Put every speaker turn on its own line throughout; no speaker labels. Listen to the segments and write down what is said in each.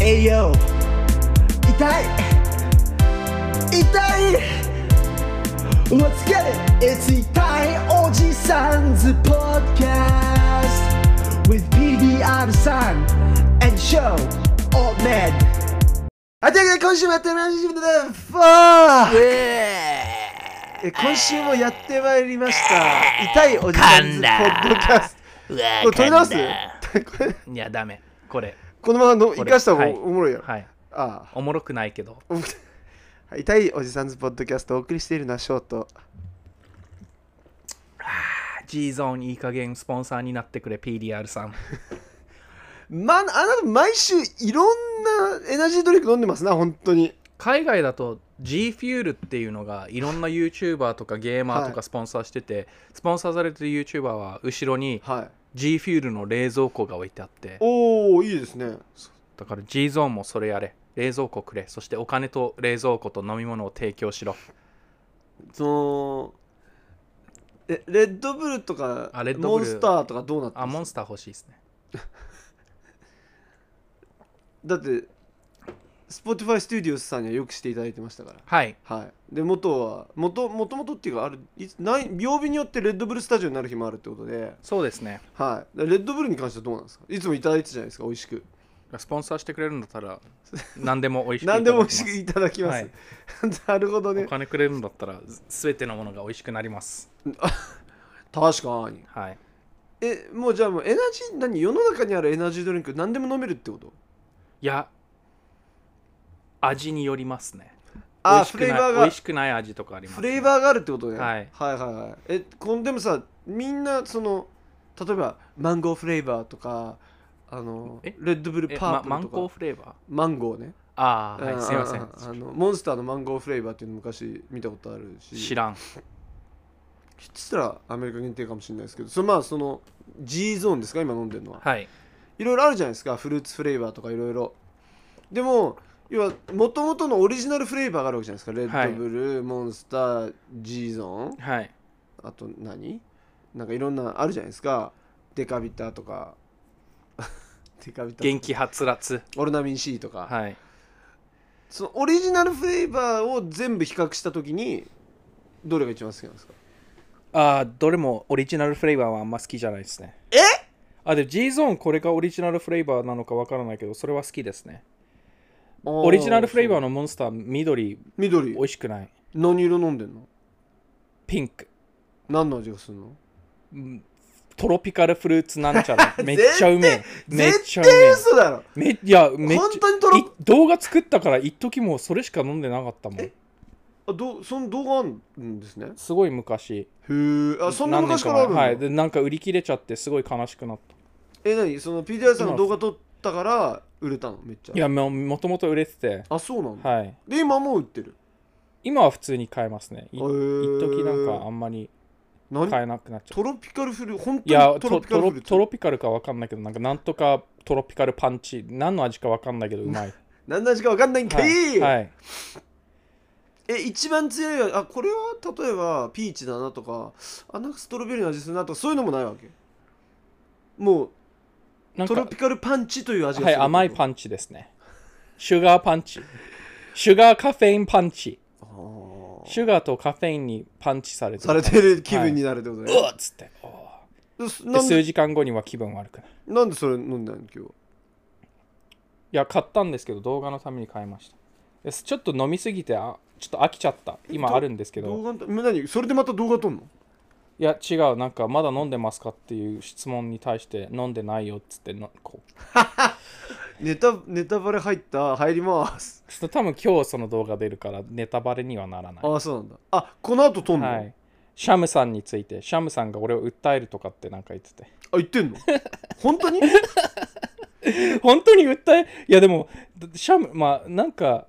栄養痛い痛いLet's get it! It's 痛いおじさんズ Podcast with BBR さん and show all men はい、というわけで今週もやってまいりましたファー
え
え今週もやってまいりました痛いおじさんズポッドキャス
うわ
トこれ取り直すこれ
いやダメこれ
このままの
こ
生
れ
かした方が
はい
おもろいやろ、
はい
あ
おもろくないけど
あはい痛いおじさんズポッドキャストをお送りしているのはショート
G ゾーンいい加減スポンサーになってくれ PDR さん
まあなた毎週いろんなエナジードリンク飲んでますな本当に
海外だと G フュールっていうのがいろんな YouTuber とかゲーマーと
は
かスポンサーしてて、スポンサーされてる YouTuber は後ろに
はい
G フュールの冷蔵庫が置いてあって
おおいいですね
だから G ゾーンもそれやれ冷蔵庫くれそしてお金と冷蔵庫と飲み物を提供しろ
そのえレッドブルとか
あレッドブル
モンスターとかどうなって
あ
ん
モ
で
ン
す
スター欲しいですね
だってスポティファイス u d i o s さんにはよくしていただいてましたから
はい
はい、で元は元元々っていうかあるいつない曜日によってレッドブルスタジオになる日もあるってことで、
そうですね
はい、でレッドブルに関してはどうなんですかいつもいただいてたじゃないですか美味しく
スポンサーしてくれるんだったら何でも美味しくいただきます
何でも美味しくいただきます、
はい
なるほど
お
ね
金くれるんだったらすべてのものが美味しくなります
確かに
はい
えもうじゃあもうエナジー何世の中にあるエナジードリンク何でも飲めるってこと
いや味によりますね美
あ
味し
フ
く
レ
ない
ーバー
美
が
味しくない味とかあります、
フレーバーがあるってことね、
はい
はいはいはいえこんでもさみんなその例えばマンゴーフレーバーとかあのレ
え
ッドブル
え
パー
ま
プルとか、
マンゴーフレーバー
マンゴーね
ああ
う
はいすいません
あのモンスターのマンゴーフレーバーっていうの昔見たことあるし
知らん
ひょっとしたらアメリカ限定かもしれないですけどそのまあその G ゾーンですか今飲んでるのは
はい
いろいろあるじゃないですかフルーツフレーバーとかいろいろでも要は元々のオリジナルフレーバーがあるわけじゃないですかレッドブル、モンスター G ゾーン
はい
あと何なんかいろんなあるじゃないですかデカビタとか デカビタ
元気はつらつ
オルナミン C とか、
はい
そのオリジナルフレーバーを全部比較したときにどれが一番好きなんですか
ああどれもオリジナルフレーバーはあんま好きじゃないですね
え
あで G ゾーンこれがオリジナルフレーバーなのかわからないけどそれは好きですねオリジナルフレーバー
の
のモンスター緑
緑
美味しくない
何色飲んでんの
ピンク
何の味がするの
うんトロピカルフルーツなんちゃ らめっちゃうめえめっ
絶
ちゃうめえ
対嘘だろ
めいやめっ
本
ち
当にト
ゃ
ロ
い動画作ったから一時もうそれしか飲んでなかったもん
えあどうその動画あるんですね
すごい昔
へえあそんな昔からあるの、
何年前はいでなんか売り切れちゃってすごい悲しくなった
え何その PDI さんの動画撮ったから売れたのめっちゃ
いやもうもともと売れてて
あそうなの、
はい
で今もう売ってる
今は普通に買えますねい
へ
一
ー
時なんかあんまり
何
買えなくなっちゃっ
トロピカルフルー本
たいや
当にトロ
と
ピカル
ト
フ
ロ
ルーツ
トロピカルかわかんないけどなんかなんとかトロピカルパンチ何の味かわかんないけど うまい
何の味か分かんないんかい、
はい、はい
え一番強いはあこれは例えばピーチだなとかあなんかストロベリーの味するなとかそういうのもないわけもう
な
んト
か
ロピカルパンチという味がす
は
る
い、甘い
ン
パンチですね。シュガーパンチ。シュガーカフェインパンチ。シュガーとカフェインにパンチされて
されてる気分になるってことね、
うわっつって。おー
です
で
なん
数
で
時間後には気分悪くなる。い
なんでそれ飲んだの今日
や、買ったんですけど、動画のために買いました。ですちょっと飲みすぎて、あちょっと飽きちゃった。今あるんですけ
動
ど、
画のえ何それでまた動画撮んの
いや、違う、なんか、まだ飲んでますかっていう質問に対して、飲んでないよっつっての、こう。
ネタネタバレ入った入ります
ちょっと多分今日その動画出るから、ネタバレにはならない。
ああそうなんだあこの後撮んの、
はい。シャムさんについて、シャムさんが俺を訴えるとかってなんか言ってて。
あ言って んの本当に
本当に訴えいやでもだシャムまあなんか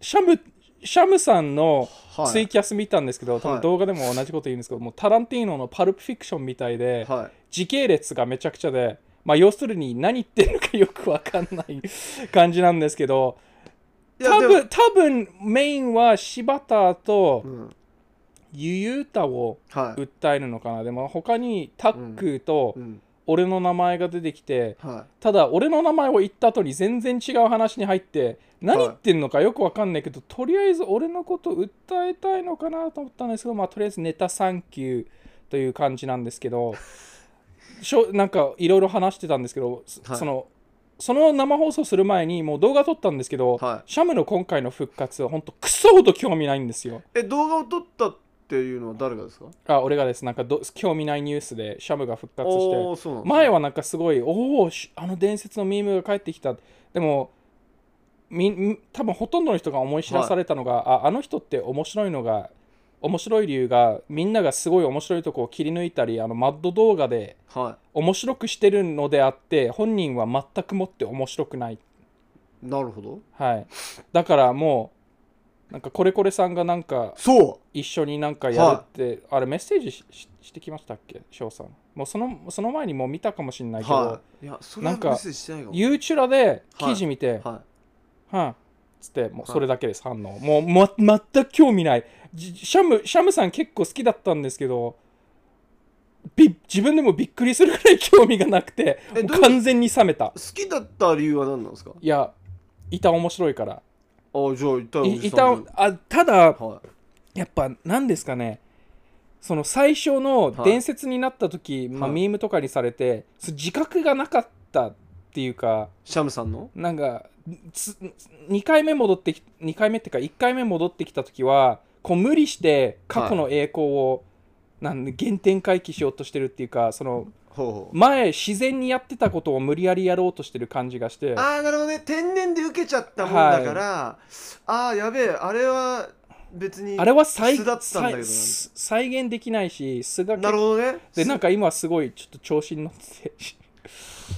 シャムシャムさんの
はい
ツイキャス見たんですけど、多
はい
分動画でも同じこと言うんですけど、もうタランティーノのパルプフィクションみたいで、
はい
時系列がめちゃくちゃでまあ要するに何言ってるのかよくわかんない 感じなんですけど
い
多
でも
分多分メインは柴田と
うん
ユユータを
はい
訴えるのかなでも他にタックと
うん
俺の名前が出てきて
は
ただ俺の名前を言った後に全然違う話に入って何言ってんのかよくわかんないけど、とりあえず俺のこと訴えたいのかなと思ったんですけどまあとりあえずネタサンキューという感じなんですけどしょなんかいろいろ話してたんですけど、そ
はい
そのその生放送する前にもう動画撮ったんですけど、
は
シャムの今回の復活は本当クソほど興味ないんですよ
いえ動画を撮ったっていうのは誰がですか
あ俺がですなんかど興味ないニュースでシャムが復活して
おーそうなんですね
前はなんかすごいおおあの伝説のミームが帰ってきたでもみみ多分ほとんどの人が思い知らされたのが、ああの人って面白いのが面白い理由がみんながすごい面白いとこを切り抜いたりあのマッド動画で
は
面白くしてるのであって本人は全くもって面白くない
いなるほど
はいだからもうなんかこれこれさんがなんか
そ
一緒になんかやるって、あれメッセージしししてきましたっけ翔さんもうそのその前にもう見たかもしれな
う
いけど、
はいいやそれはメ
なんか
ッセージしてないかも
ユーチュラで記事見て、はい、
は
つって、もう
はい
それだけです、反応。もう、ま、全く興味ない。じシャム、シャムさん結構好きだったんですけど、び自分でもびっくりするくらい興味がなくて、
え
もう
どういう
完全に冷めた
い。好きだった理由は何なんですか
いや、いた面白いから。
あじゃあいたお
い
じ
い
さ
た
ん
あただ、
は
やっぱ、何ですかね、その最初
は
の
い
伝説になった時、まあ、
はい
ミームとかにされて、そ自覚がなかったっていうか、
いシャムさんの
なんかつ2回目戻ってき2回目っていうか1回目戻ってきた時はこう無理して過去の栄光を、なんで原点回帰しようとしてるっていうかその
ほうほう
前自然にやってたことを無理やりやろうとしてる感じがして
ああなるほどね天然で受けちゃったもんだから、ああやべえあれは別に
あれは再
素だったんだけどな
再再現できないし素が
なるほどね
でなんか今すごいちょっと調子に乗ってて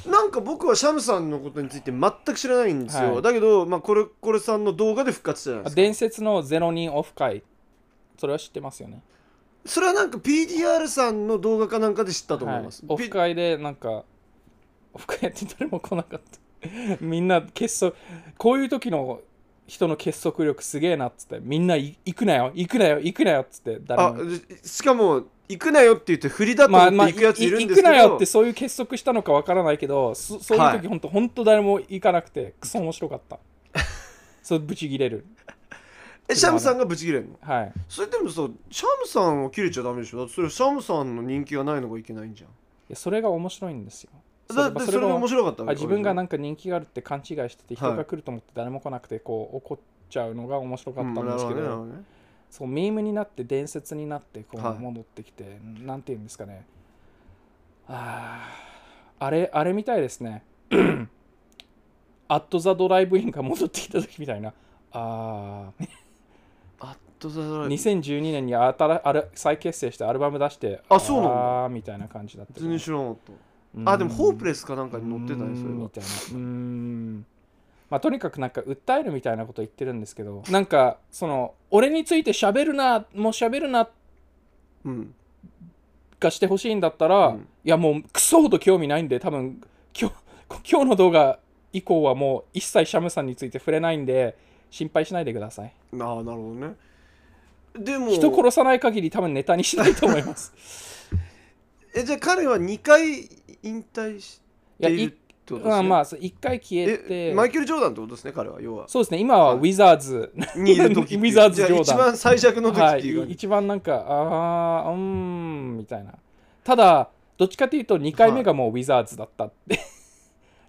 なんか僕はシャムさんのことについて全く知らないんですよ、
はい
だけど、まあ、これこれさんの動画で復活したじゃない
あ
ですか
伝説のゼロ人オフ会それは知ってますよね
それはなんか PDR さんの動画かなんかで知ったと思います、
はい、オフ
ピ
会でなんかオフ会やって誰も来なかった みんな結束こういう時の人の結束力すげえなっつってみんない行くなよ行くなよ行くなよっつって誰
あ
も
でしかも行くなよって言って振りだと思
ま
っ
あ
て
まあ
行くやついるん
行
ですけ
く
ど、
なよってそういう結束したのかわからないけどそそういう
はい
時本当本当誰も行かなくてクソ面白かった そうブチギレる
えシャムさんがブチ切れるの
はい
それでもさシャムさんを切れちゃダメでしょだってそれシャムさんの人気がないのがいけないんじゃん
いやそれが面白いんですよ
だ
そう
って
まあ
それが面白かった
あ自分が
な
なんか人気があるって勘違いしてて人が来ると思って誰も来なくてこう怒っちゃうのが面白かったんですけど、
なるほどねなるほどね
そうミームになって伝説になってこ
はいう
戻ってきて、なんて言うんですかねあーあれあれみたいですね アット・ザ・ドライブインが戻ってきた時みたいなあー
アットザドライブ
2012年にあたらあれ再結成してアルバム出して
あそうなんだ
あーみたいな感じだったか
全
な
然知らなかった
うん
あでもホープレスかなんかに載ってたねそれ
うーん
は
みたいなうーんまあとにかくなんか訴えるみたいなこと言ってるんですけどなんかその俺について喋るなもう喋るな
うん
がしてほしいんだったら、
うん
いやもうクソほど興味ないんで多分今日 今日の動画以降はもう一切シャムさんについて触れないんで心配しないでください
ああなるほどねでも
人殺さない限り多分ネタにしないと思います
えじゃあ彼は2回引退し
いや
て
い
いるってことですね
まあまあそう一回消え
え
て
マイケル・ジョーダンってことですね彼は要は
そうですね今はウィザーズ
にいる時っていう
ウィザーズジョーダン
じゃあ一番最弱の時
は
っていう感
い、
じ
一番なんかあーうーんみたいなただどっちかというと2回目がもうウィザーズだったって、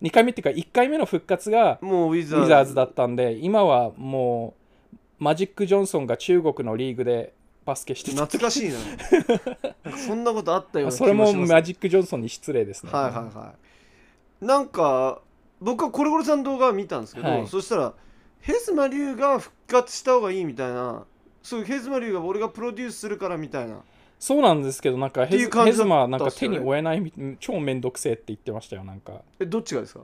2回目っていうか1回目の復活が
もうウィザ
ウィザーズだ
っ
ったんで今はもうマジック・ジョンソンが中国のリーグでバスケしてた
懐かしいななんかそんなことあったような気
それも
しますね
マジック・ジョンソンに失礼ですね、
はいはいはいなんか僕はコレコレさんの動画を見たんですけど、
はい
そしたらヘズマリュウが復活した方がいいみたいなそういうヘズマリュウが俺がプロデュースするからみたいな
そうなんですけどなんかヘ
ってい
ズ
う感
ヘ
じだったっす
ズ
よね
マはなんか手に負えないみ超めんどくせえって言ってましたよなんか
えどっちがですか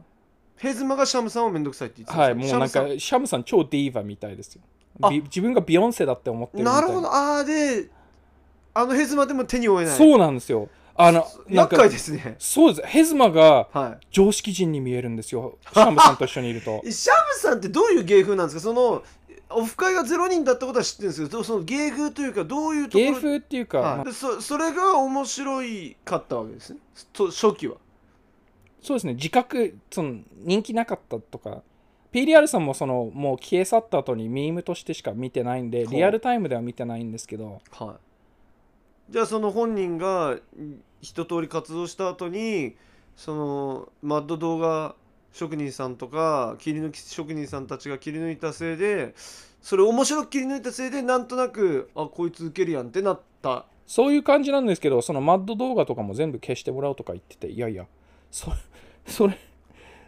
ヘズマがシャムさんをめんどくさいって言ってた
はい
ん
も
です
うなんかシ
シャム
ャムさん超ディーバみたいですよ
あ
ビ自分がビヨンセだって思ってるみた
さん
い
なるほどああであのヘズマでも手に負えない
そうなんですよあのなん
厄
か
介ですね
そうですヘズマが
は
常識人に見えるんですよシャムさんと一緒にい ると
いえシャムさんってどういう芸風なんですかそのオフ会が0人だったことは知ってるんですけどその芸風というかどういうところ
芸風っていうか、
はい、でそそれが面白いかったわけですねと初期は
そうですね自覚その人気なかったとか PDR さんもそのもう消え去った後にミームとしてしか見てないんで
ほう
リアルタイムでは見てないんですけど
はい、じゃあその本人がん一通り活動した後にそのマッド動画職人さんとか切り抜き職人さんたちが切り抜いたせいでそれ面白く切り抜いたせいでなんとなくあこいつウケるやんってなった
そういう感じなんですけどそのマッド動画とかも全部消してもらおうとか言ってていやいやそれ それ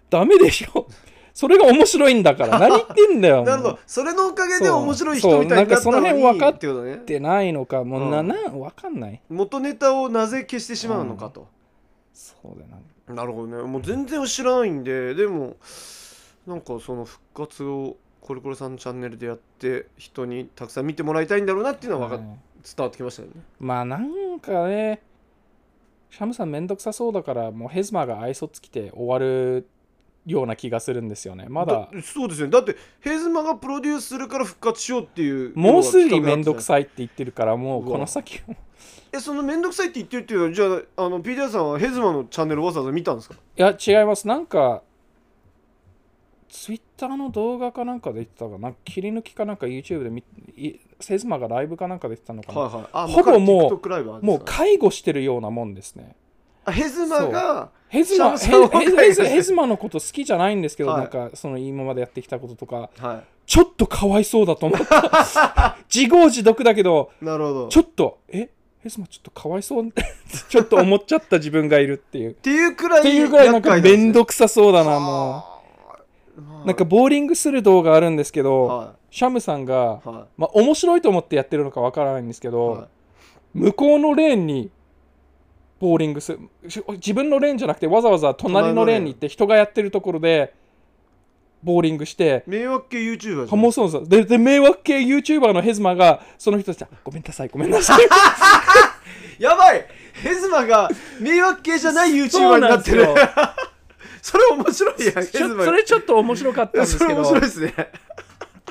ダメでしょそれが面白いんだから何言ってんだよ
なるほ
もう
どそれのおかげで
そう
面白い人みたいになったのに
そうなんかその辺分かっ
ってことね
ってないのかもうな,、
うん
なんわかんない
元ネタをなぜ消してしまうのかと、
そうだよな
なるほどねもう全然知らないんででもなんかその復活をコリコリさんのチャンネルでやって人にたくさん見てもらいたいんだろうなっていうのは分かっ
はい
伝わってきましたよね
まあなんかねシャムさんめんどくさそうだからもうヘズマが愛想つきて終わるような気がするんですよねまだ
そうですよねだってヘズマがプロデュースするから復活しようっていう
もうすでにめんどく
い
さいって言ってるからもう
うわ
この先も
えそのめんどくさいって言ってるっていうのはじゃああの PDR さんはヘズマのチャンネルわざわざ見たんですか
いや違いますなんかツイッターの動画かなんかで言ってたかななんか切り抜きかなんか YouTube で見いヘズマがライブかなんかで言ってたのかな、
はいはいあ
ほぼもう
う TikTok ライブあるんで
も
す
う
か
介護してるようなもんですね
あヘズマが
ヘズマ
シャムさんは
ヘズヘズヘズマのこと好きじゃないんですけど、
はい
なんかその今までやってきたこととか
は
ちょっとかわいそうだと思った。 自業自得だけど、
いなるほど
ちょっと、えヘスマちょっとかわいそう ちょっと思っちゃった自分がいるっていう。
っていうくらい
っていうぐらいなんかめんど
く
くさそうだな、もう。なんかボーリングする動画あるんですけど、
は
シャムさんが
い、は
まあ面白いと思ってやってるのかわからないんですけ
い
ど、
はい
向こうのレーンにボーリングするし自分のレーンじゃなくてわざわざ隣のレーンに行って人がやってるところでボーリングして
迷惑系 YouTuber じゃ
か
ん
もそうそうでで迷惑系 YouTuber のヘズマがその人たちにごめんなさいごめんなさい
やばいヘズマが迷惑系じゃない YouTuber になってる
そ
そ
う
れ面白いやん ヘ
ち
ズ
ょ
マ
それちょっと面白かったんです
そ
け
れ面白い
ど
ですね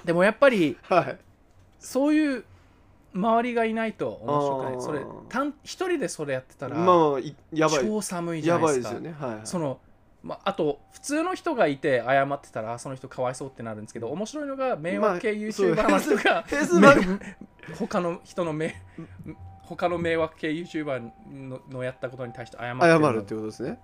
でもやっぱり
はい
そういう周りがいないと面白くな
あ
い
ー
それ単一人でそれやってたら、
まあいやばい
超寒いじゃ
や
ない
ばい
です
です
か
よねはいはい
その、まあ、あと普通の人がいて謝ってたらあその人かわいそうってなるんですけど面白いのが迷惑系
まあそう
YouTuber の人が
ヘズマが
め 他の人のめ他の迷惑系 YouTuber ののやったことに対して謝って
謝
の
るってことですね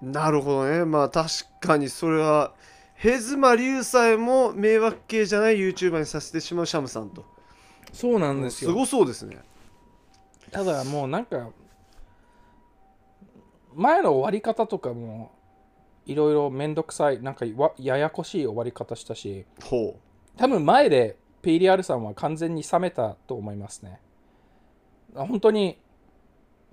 なるほどねまあ確かにそれはヘズマリュウさえも迷惑系じゃない YouTuber にさせてしまうシャムさんと
そうなんです
す
よ
ごそうですね
ただもうなんか前の終わり方とかもいろいろめんどくさいなんかわややこしい終わり方したし
ほ
多分前で PDR さんは完全に冷めたと思いますねあ本当に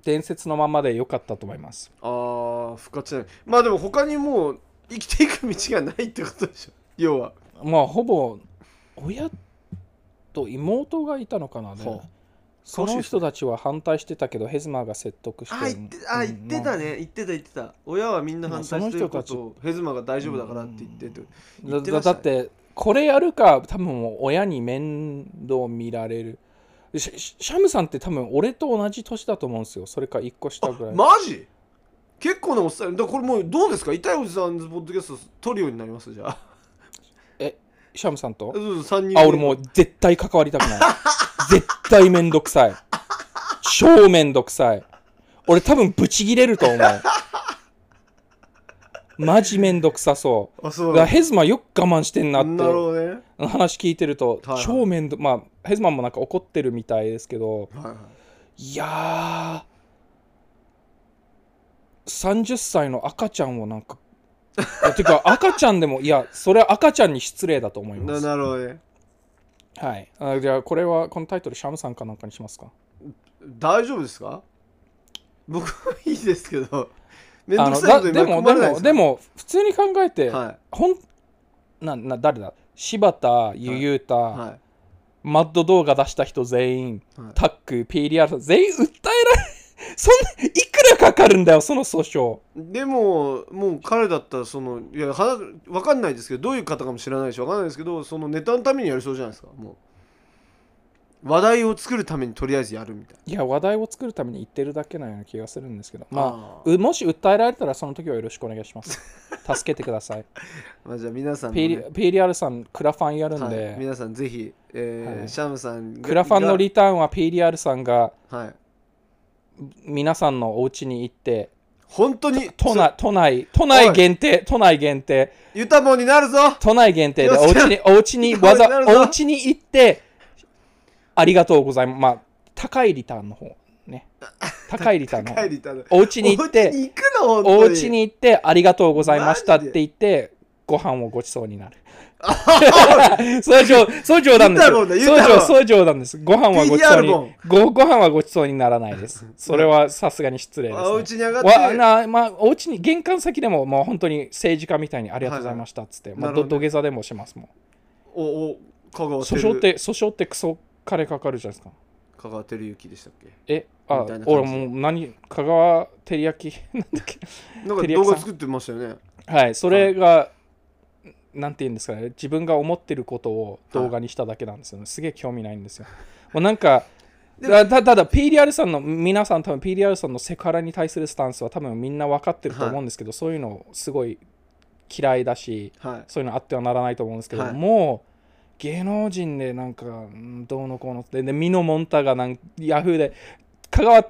伝説のままで良かったと思います
うあー復活じゃないまあでも他にもう生きていく道がないってことでしょ要は
まあほぼ親と妹がいたのかなで
はあ
その人たちは反対してたけどヘズマーが説得して
あ言ってあ言ってた
ね
ね言ってた言ってた親はみんな反対してることをヘズマが大丈夫だからって言ってて言
だ
って
だ
まし
だ
たね
ってこれやるか多分もう親に面倒見られるシシシャムさんって多分俺と同じ年だと思うんですよそれか1個下ぐらい、
マジ結構なおっさんだからこれもうどうですか痛いおじさんズポッドキャストトリオになりますじゃあ
シャムさんと
うん3人
あ俺もう絶対関わりたくない絶対面倒くさい超面倒くさい俺多分ブチギレると思うマジ面倒くさそう
あそ
だ
う
からヘズマよく我慢してんなって
なるほどね
話聞いてると
はいはい
超面倒まあヘズマもなんか怒ってるみたいですけど
はいはい
いやー、30歳の赤ちゃんをなんか、いやてか赤ちゃんでも、いや、それは赤ちゃんに失礼だと思いま
な
す。
なるほどね
はい。あじゃあ、これは、このタイトル、シャムさんかなんかにしますか。
大丈夫ですか僕はいいですけどめんど
あ
く
の
さいこ
だ
と
で
に巻き込
も、
ま
で
れないで
も、
す
で
か
も、普通に考えて、
は
ほん、な、な、誰だ柴田、ゆゆうた、
いは
マッド動画出した人全員、
いはい
タック、PDR さん、全員訴えられ、 そんな、いくらかかるんだよ、その訴訟。
でももう彼だったらそのいやはわかんないですけどどういう方かも知らないしわかんないですけどそのネタのためにやりそうじゃないですかもう話題を作るためにとりあえずやるみたい
いや話題を作るために言ってるだけなような気がするんですけど
な。
まあ
あー
うもし訴えられたらその時はよろしくお願いします 助けてください
まあ、じゃあ皆さんのね、
PDR さんクラファンやるん
はい、
で
皆さんぜひ、えー
はい
シャムさんが
クラファンのリターンは PDR さんが
がはい、
皆さんのお家に行って
本当にそ
都
う
内都内都内限定都内限定
ユタボンになるぞ
都内限定で
よっ
お
しゃ
家にお 家にわざ
なるほど
お家に行ってありがとうございますまあ高いリターンの方ね高いリターンの
帰
方
りたの
お家に行っ
お
て
家に行くの本当に
お家に行ってありがとうございました
マ
っ
ジで
て言ってご飯をごちそうに なる。そういう冗そういう冗談です
言
よ。
ったろ
そういう
言った
冗
ろ
そういう冗談です。ご飯はごちそう
PDR も
にごご飯はごちそうにならないです。それはさすがに失礼です、ね。
あお家に上がって
わなまあ、お家に玄関先でももう本当に政治家みたいにありがとうございましたっつって、
はい
ま
な
あ、
るほ
ど
どね
土下座でもしますもん。
おお香川照
訴訟って訴訟ってクソ金かかるじゃないですか。
香川照之でしたっけ
えあ
みたいな感じ
俺もう何香川照り焼きなんだっけ
なんか
照之
動
さん
画作ってましたよね
はい、それが、なんて言うんですかね、自分が思ってることを動画にしただけなんですよね。すげえ興味ないんですよ。もうなんか、
でも
だたただ PDR さんの皆さん多分 PDR さんのセクハラに対するスタンスは多分みんな分かってると思うんですけど、そういうのすごい嫌いだし
はい
そういうのあってはならないと思うんですけど、
はい
もう芸能人でなんかうんどうのこうのってでミノモンタがなんヤフーで香川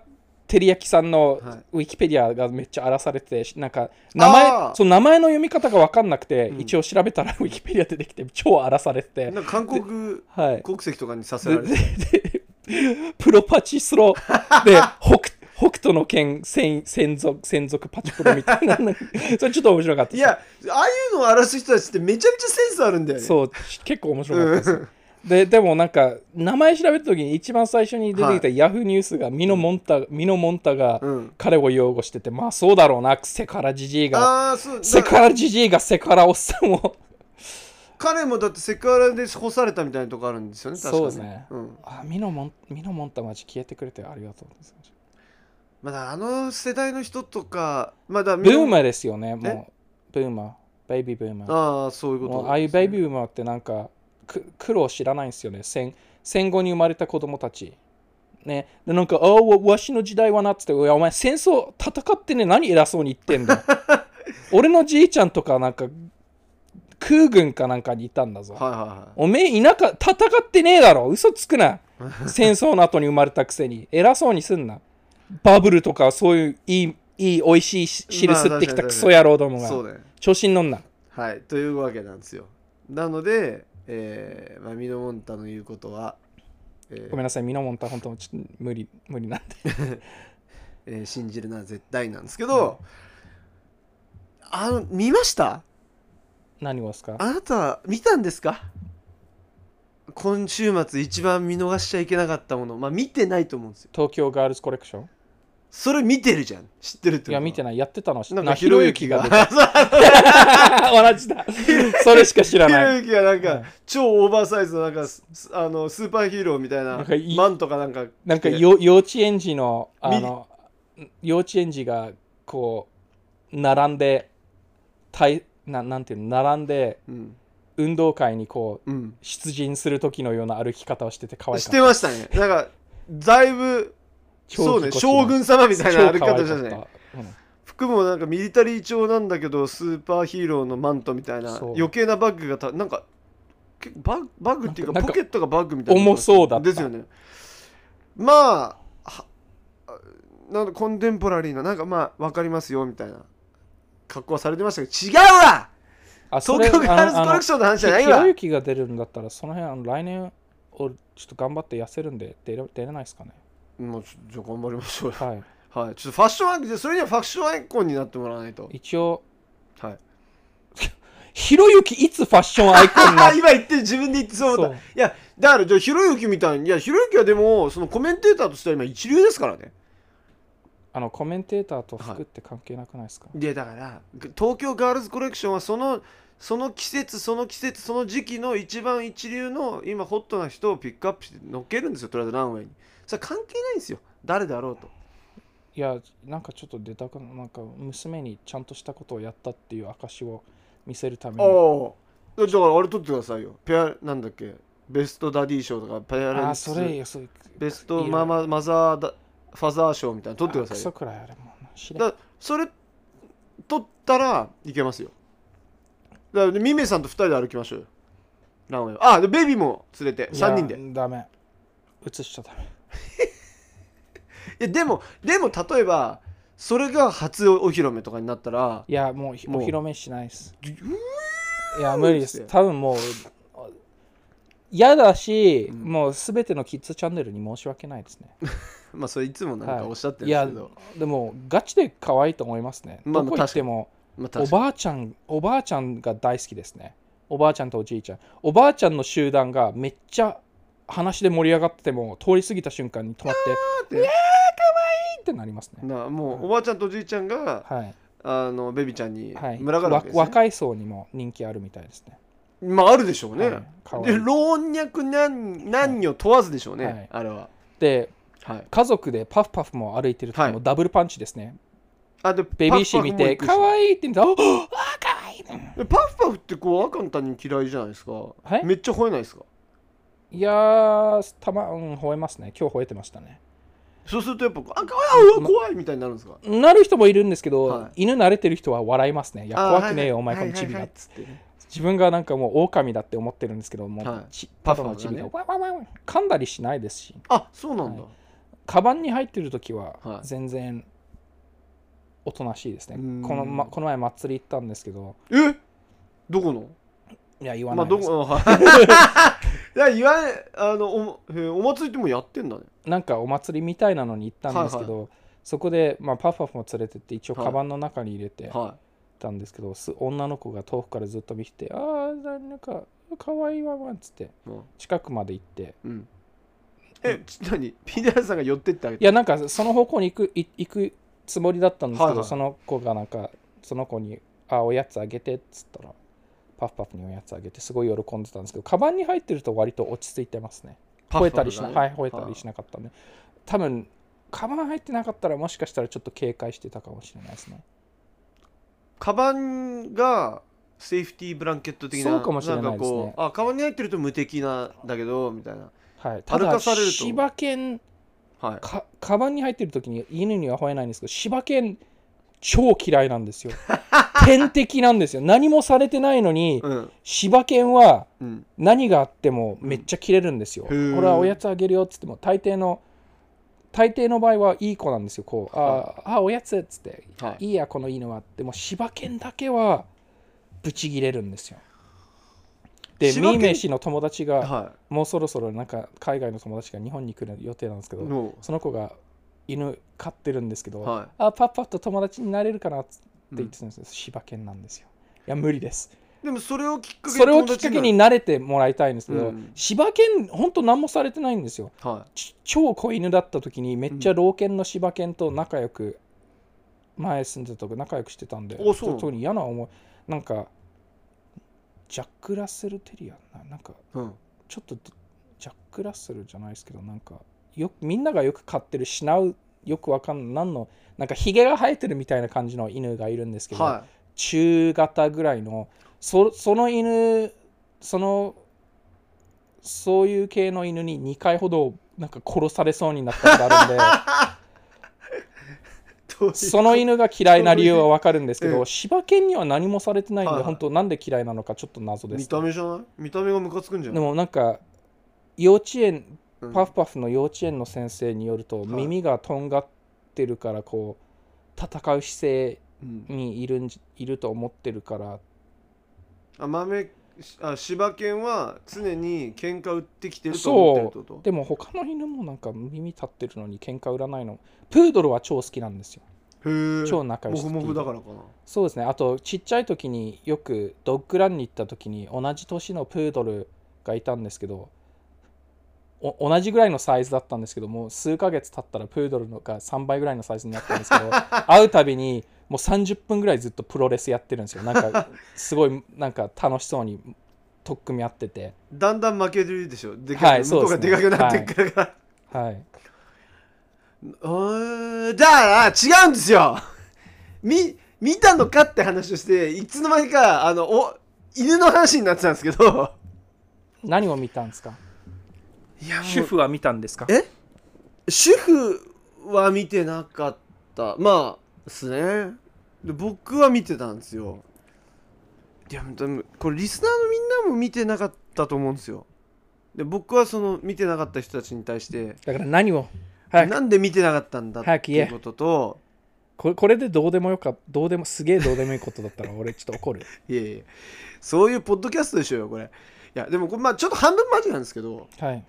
照之さんの
はい
ウィキペディアがめっちゃ荒らされててなんか名前
あー
その名前の読み方が分かんなくて、
うん
一応調べたら ウィキペディア出てきて超荒らされて て、
なんか韓国
はい、
国籍とかにさせ
で
られて
ででプロパチスロで北北斗の剣専専属専属パチプロみたいななんかそれちょっと面白かったで
い
す
やああいうのを荒らす人たちってめちゃめちゃセンスあるんだよね
そう結構面白かった
う
です
ん
ででもなんか名前調べた時に一番最初に出てきたヤフーニュースがミノモンタ,、ミノモンタが
うん
彼を擁護しててまあそうだろうなセカラジジイが
ああそう
セ
だか
カ
ら
ラジジイがセカラおっさんを
彼もだってセクハラで干されたみたいなとこあるんですよね確かに
そうですね
ん
あミノモンミノモンタマジ消えてくれてありがとう
まだあの世代の人とかまだ
ブー
ー
マーですよねもうブーマーベイビーブーマー
ああそういうこと
もうああいうベイビー
ー
ブーマーってなんかく苦労知らないんですよね戦戦後に生まれた子供たちね、でなんか「ああわわしの時代はな」っつって「いやお前戦争戦ってね何偉そうに言ってんだよ 俺のじいちゃんとかなんか空軍かなんかにいたんだぞ、
はいはい
おめえいなか戦ってねえだろ嘘つ くな戦争の後に生まれたくせに偉そうにすんなバブルとかそういういいいい美味しいし汁
まあ
吸ってき
確か
た
に
クソ野郎ども
はい
が、
そうだよね
調子に乗んな
はいというわけなんですよなのでえーまあ、ミノモンタの言うことは、えー
ごめんなさいミノモンタ本当ちょっと無理無理なん で
えー信じるなら絶対なんですけど、あの見ました
何をですか
あなた見たんですか今週末一番見逃しちゃいけなかったものまあ見てないと思うんですよ
東京ガールズコレクション
それ見てるじゃん知ってるって
いや見て
な
ないやってたのは知って
なんか
な
ひろゆきが
ひ
ひ
ろ ゆきが出た 同じだそれしか知ら
ろ
ない
ゆきがなん
う
か
ん
超オーバーサイズのなんかすあのスーパーヒーローみたい
な
なん
かいい
マントかなんか
なんか
着て
よ幼稚園児のあの幼稚園児がこう並んでたいななんていうの並んで
うん
運動会にこう
うん
出陣する時のような歩き方をしてて可愛
し
かってた
ましたねなんかだいぶそうね将軍様みたいな歩き方じゃない服もなんかミリタリー調なんだけどスーパーヒーローのマントみたいな
そう
余計なバッグがたなんか結構バッバッグっていうか
なんか
ポケットがバッグみたいな
重そうだった
ですよねまあはあなんかコンテンポラリーななんかまあ分かりますよみたいな格好はされてましたけど違うわ東京ガールズコレクションの話じゃない
ひろ
わ
ゆきが出るんだったらその辺あの来年俺ちょっと頑張って痩せるんで出れ出れないですかね
もうちょじゃあ頑張りましょうよ
は
はいちょっとファッションアイコンそれにはファッションアイコンになってもらわないと
い一応
はい
ひろゆきいつファッションアイコンにな
あ
る
今言って自分で言って そう思ったいやだからじゃあひろゆきみたいにいやひろゆきはでもそのコメンテーターとしては今一流ですからね
あのコメンテーターと服って関係なくないですか、
でだから東京ガールズコレクションはそのその季節その季節その時期の一番一流の今ホットな人をピックアップして乗っけるんですよとりあえずランウェイにそれ関係ないんですよ誰だろうと
いやなんかちょっと出たくななんか娘にちゃんとしたことをやったっていう証を見せるために
ああだからあれ撮ってくださいよペアなんだっけベストダディ賞とかペアレ
あ
ン
ー、それ
ス
よ、それ。
ベスト
いいよ
マママザーダファザー賞みたいなの取ってくだ
あ
さ
ク
い
ソ
よ
くらいあれもんな知らん
だそれ取ったらいけますよだからミメさんと2人で歩きましょうよランウェイあでベビーも連れて3人で
いやダメ。映しちゃダメ。
いやでもでも例えばそれが初お披露目とかになったら
いや、もうひ
も
お
う
披露目しないです。
ぎゅ
いや、無理で
う
す。
るせ
多分もう、嫌だし、
うん
もうすべてのキッズチャンネルに申し訳ないですね。
まあそれいつもなん
はい
かおっしゃってるん
い
です
や
けど、
でもガチで可愛いと思いますね。
まあ
どこ行っても
まあ確
お
かに
ばあちゃんおばあちゃんが大好きですね。おばあちゃんとおじいちゃん。おばあちゃんの集団がめっちゃ話で盛り上がってても通り過ぎた瞬間に止まって「
ーって
うわー可愛いってなりますね。
なもうおばあちゃんとおじいちゃんが
はい、
あのベビーちゃんに
はい、
群がるわけです、ね
わ若い層にも人気あるみたいですね。
まああるでしょうね、
はい可愛
で
い
老若男男女問わずでしょうね、
はい
あれは
で
はい
家族でパフパフも歩いてると
はい
もうダブルパンチですね。
あで
ベビーシー見て「
パフパフ
可
も行くし
愛いって見たら「おっあ可愛いね
でパフパフってこう赤の他人嫌いじゃないですか、
はい
めっちゃ吠えないですか
いやーたま、うん、吠えますね。今日吠えてましたね。
そうするとやっぱこうあかわいいうわ怖いみたいになるんですか
なる人もいるんですけど、
は
犬慣れてる人は笑いますね。いや、
あー
怖くねえよ、
は
お
い
前
は
こ
い
のチビ
はい
が
はい。っつってね
自分がなんかもう狼だって思ってるんですけど、もう、
はい
ち
パ
パ
フがね
フのチビが、わわわわ噛んだりしないですし、
あそうなんだ、
はカバンに入ってる時は
はい
全然おとなしいですね。
うーん
このま、この前祭り行ったんですけど、
えどこの
いや、言わ
ま
な
あ
い
ど
です。
こ はいやいわゆるあのお,、えーお祭りってもうやってんだね
なんかお祭りみたいなのに行ったんですけど、そこで、まあ、パフパフも連れてって、一応
はい
カバンの中に入れて、
は
ったんですけどす女の子が遠くからずっと見てて「ああなんか可愛いわわ」っつって
い、うん
近くまで行って
うん、えち何ピーターさんが寄ってってあげ
い
て
やなんかその方向に行くい行くつもりだったんですけど、
はいはい
その子がなんかその子に「あーおやつあげて」っつったらパフパフにおやつあげてすごい喜んでたんですけどカバンに入ってると割と落ち着いてますね
パフ
吠え
パ
た
フ
り
が
しな、
ね
はい吠えたりしなかったんで多分カバン入ってなかったらもしかしたらちょっと警戒してたかもしれないですね
カバンがセーフティーブランケット的な
そうかもしれないですね
んかこうあカバンに入ってると無敵なんだけどみたいな
はいただ
歩かされると
柴犬
はい
かカバンに入ってる時に犬には吠えないんですけど柴犬超嫌いなんです よ天敵なんですよ何もされてないのに
うん
柴犬は
うん
何があってもめっちゃ切れるんですよ、
うんへー
これはおやつあげるよっつっても大抵の大抵の場合はいい子なんですよこうあーあーおやつっつって
はい
いいやこの犬はでも柴犬だけはブチギレるんですよで
柴
ミ
犬
ーメイ氏の友達が
は
もうそろそろなんか海外の友達が日本に来る予定なんですけ
い
ど
も
その子が犬飼ってるんですけど、
は
あパッパッと友達になれるかなって
う、
言ってたんですけど、柴犬なんですよ。いや無理です。
うんでもそれをきっかけに
それをきっかけに
友
慣れてもらいたいんですけど、
うん
柴犬本当何もされてないんですよ。
達になるは
ち超子犬だった時にめっちゃ老犬の柴犬と仲良く前住んでたとこ仲良くしてたんで、
おそう
特に嫌な思いなんかジャック・ラッセル・テリアななんか
いうん
ちょっとジャック・ラッセルじゃないですけどなんかよくみんながよく飼ってるシナウよくわかんない何のなんかヒゲが生えてるみたいな感じの犬がいるんですけど、
は
中型ぐらいのそその犬そのそういう系の犬に2回ほどなんか殺されそうになったことあるんで
い どういう
その犬が嫌いな理由はわかるんですけ
え
ど
え
柴犬には何もされてないんで、
はいはい
本当なんで嫌いなのかちょっと謎です、
見た目じゃない見た目がムカつくんじゃ
で
ない
もなんか幼稚園
うん
パフパフの幼稚園の先生によると、
い
耳がとんがってるからこう戦う姿勢
うん
にいるんじいると思ってるから
あ豆あ柴犬は常に喧嘩売ってきてると思ってるってこと
でも他の犬もなんか耳立ってるのに喧嘩売らないのプードルは超好きなんですよ
へえ
超仲良
モ
し
フモフだからかな
そうですねあとちっちゃい時によくドッグランに行った時に同じ年のプードルがいたんですけどお同じぐらいのサイズだったんですけどもう数ヶ月経ったらプードルのが3倍ぐらいのサイズになったんです けど会うたびにもう30分ぐらいずっとプロレスやってるんですよなんかすごいなんか楽しそうに取っ組み合ってて
だんだん負けてるでしょでかく、
はい
向こう
そ
が
うで
です
ね
かくなってっから、
はい
あーだから違うんですよ み見たのかって話をしていつの間にかあのお犬の話になってたんですけど
何を見たんですか
い やもう
主婦は見たんですか
え主婦は見てなかったまあですねで僕は見てたんですよいやでもこれリスナーのみんなも見てなかったと思うんですよで僕はその見てなかった人たちに対して、
だから何を早く
なんで見てなかったんだ
早
っ
く
て
言え
いうことと
これこれでどうでもよかどうでもすげえどうでもいいことだったら 俺ちょっと怒る
いやいやそういうポッドキャストでしょうよこれいやでもこれまあちょっと半分マジなんですけど
はい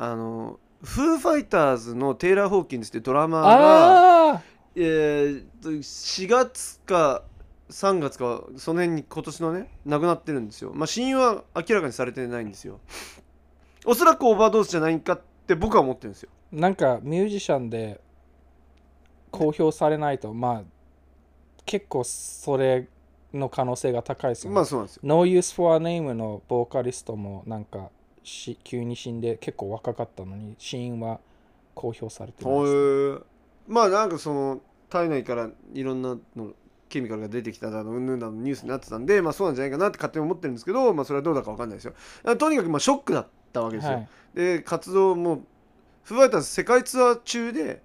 あのフーファイターズのテイラー・ホーキンズってドラマーが
あ
えー、と4月か3月かその辺に今年のね亡くなってるんですよまあ死因は明らかにされてないんですよおそらくオーバードーズじゃないかって僕は思ってるんですよ
あなんかミュージシャンで公表されないとまあ結構それの可能性が高いですよね、
まあそうなんですよ
No Use for a Name のボーカリストもなんかし急に死んで結構若かったのに死因は公表されてない
ほ
で
う
す
いうまあなんかその体内からいろんなのケミカルが出てきただのうんぬんだのニュースになってたんでまあそうなんじゃないかなって勝手に思ってるんですけどまあそれはどうだかわかんないですよあとにかくまあショックだったわけですよ、
はい
で活動もフーファイターズ世界ツアー中で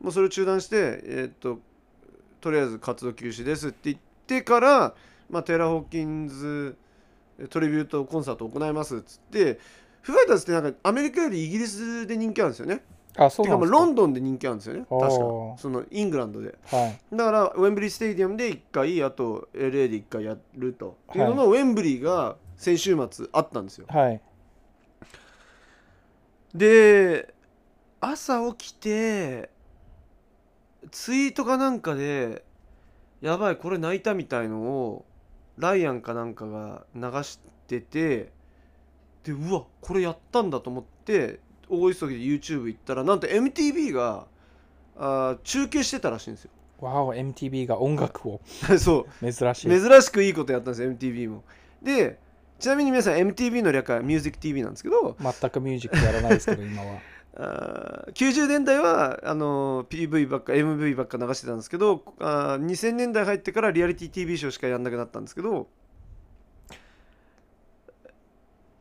もうそれを中断して、えーっととりあえず活動休止ですって言ってから、まあ、テイラー・ホーキンズトリビュートコンサートを行いますっつってフーファイターズってなんかアメリカよりイギリスで人気あるんですよね。
あそう
て
な
かも
んで
う
すか
ロンドンで人気あるんですよね確か
おー
そのイングランドで
はい
だからウェンブリースタジアムで1回あと LA で1回やるというのの、ウェンブリーが先週末あったんですよ
はい
で朝起きてツイートかなんかでやばいこれ泣いたみたいのをライアンかなんかが流しててでうわこれやったんだと思って大急ぎで YouTube 行ったらなんと MTV があー中継してたらしいんですよ
わお MTV が音楽を
そう
珍しい
珍しくいいことやったんですよ MTV もでちなみに皆さん MTV の略は MusicTV なんですけど
全くミュージックやらないですけど今は
あー90年代はあの PV ばっか MV ばっか流してたんですけどあー2000年代入ってからリアリティ TV ショーしかやんなくなったんですけど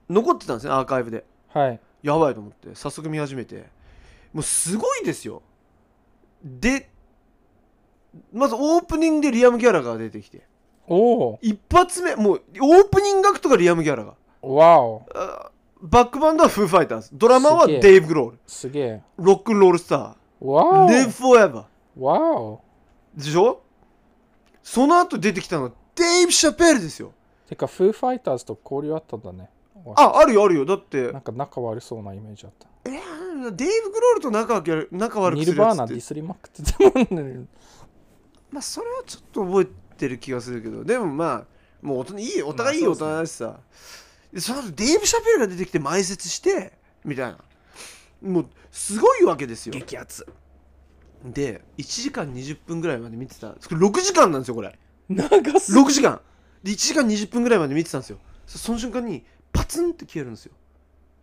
残ってたんですねアーカイブで
はい
やばいと思って早速見始めてもうすごいですよでまずオープニングでリアム・ギャラが出てきて
お
一発目もうオープニングアクトがリアム・ギャラが
おわお
あーバックバンドはフーファイターズドラマは
すげえ
デイブ・グロール
すげえ
ロックンロールスター
わお
Live Forever
わお
でしょその後出てきたのはデイブ・シャペールですよ
てかフーファイターズと交流あったんだね
ああるよあるよだって
なんか仲悪そうなイメージあった
えーデイブ・グロールと仲悪く仲悪く
ニ
す
ル
るや
バー
つ
ナ
っ
ディ
て
スりまくってたもんね
まあそれはちょっと覚えてる気がするけどでもまあもう大人いいお互いいい
まあ
大人だしさ、でその後デイブ・シャペールが出てきて埋設してみたいなもうすごいわけですよ
激アツ
で1時間20分ぐらいまで見てた6時間なんですよこれ
長す
6時間で1時間20分ぐらいまで見てたんですよそその瞬間にパツンって消えるんですよ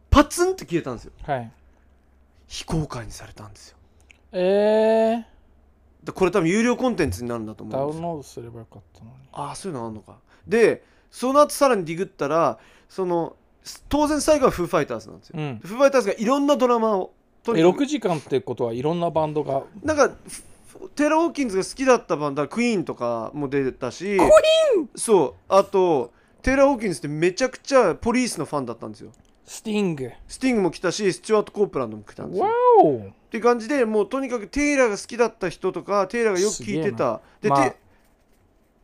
パツンって消えたんですよ
はい
非公開にされたんですよ
え
だこれ多分有料コンテンツになるんだと
ー、
思
ダ
うん
ウ
で
ン
す
ロードすればよかったのに
ああそういうのあんのかでその後さらにディグったらそのす当然最後はフーファイターズなんですよ、
うん
フーファイターズがいろんなドラマをとに
え
かく
6時間ってことはいろんなバンドが
なんかふテイラー・ウォーキンズが好きだったバンドはクイーンとかも出てたしクイーンそうあとテイラー・ウォーキンズってめちゃくちゃポリースのファンだったんですよ
スティング
スティングも来たしスチュワート・コープランドも来たんですよ
わ
っ
お
ていう感じでもうとにかくテイラーが好きだった人とかテイラーがよく聞いてた
すげ
で、
えなまあ
て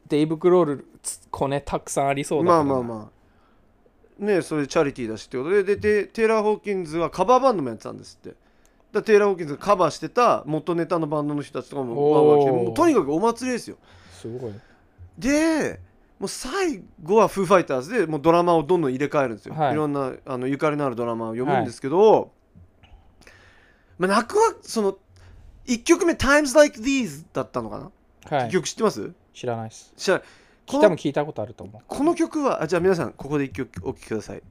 デイブ・クロールつコネたくさんありそうだ
まあまあ
あ
まあねそれチャリティーだしってことででてテイラー・ホーキンズはカバーバンドもやってたんですってだからテイラー・ホーキンズがカバーしてた元ネタのバンドの人たちとかもわーわー来て
おー
もうとにかくお祭りですよ
すごい
でもう最後はフーファイターズでもうドラマをどんどん入れ替えるんですよ、
はい
い、ろんなあのゆかりのあるドラマを読むんですけど、まあ、泣くはその1曲目「Times Like These」だったのかな、
はい
曲知ってます
知らないです
知らないこ
多分
の
聞いたことあると思う
この曲はあじゃあ皆さんここで1曲お聴きください、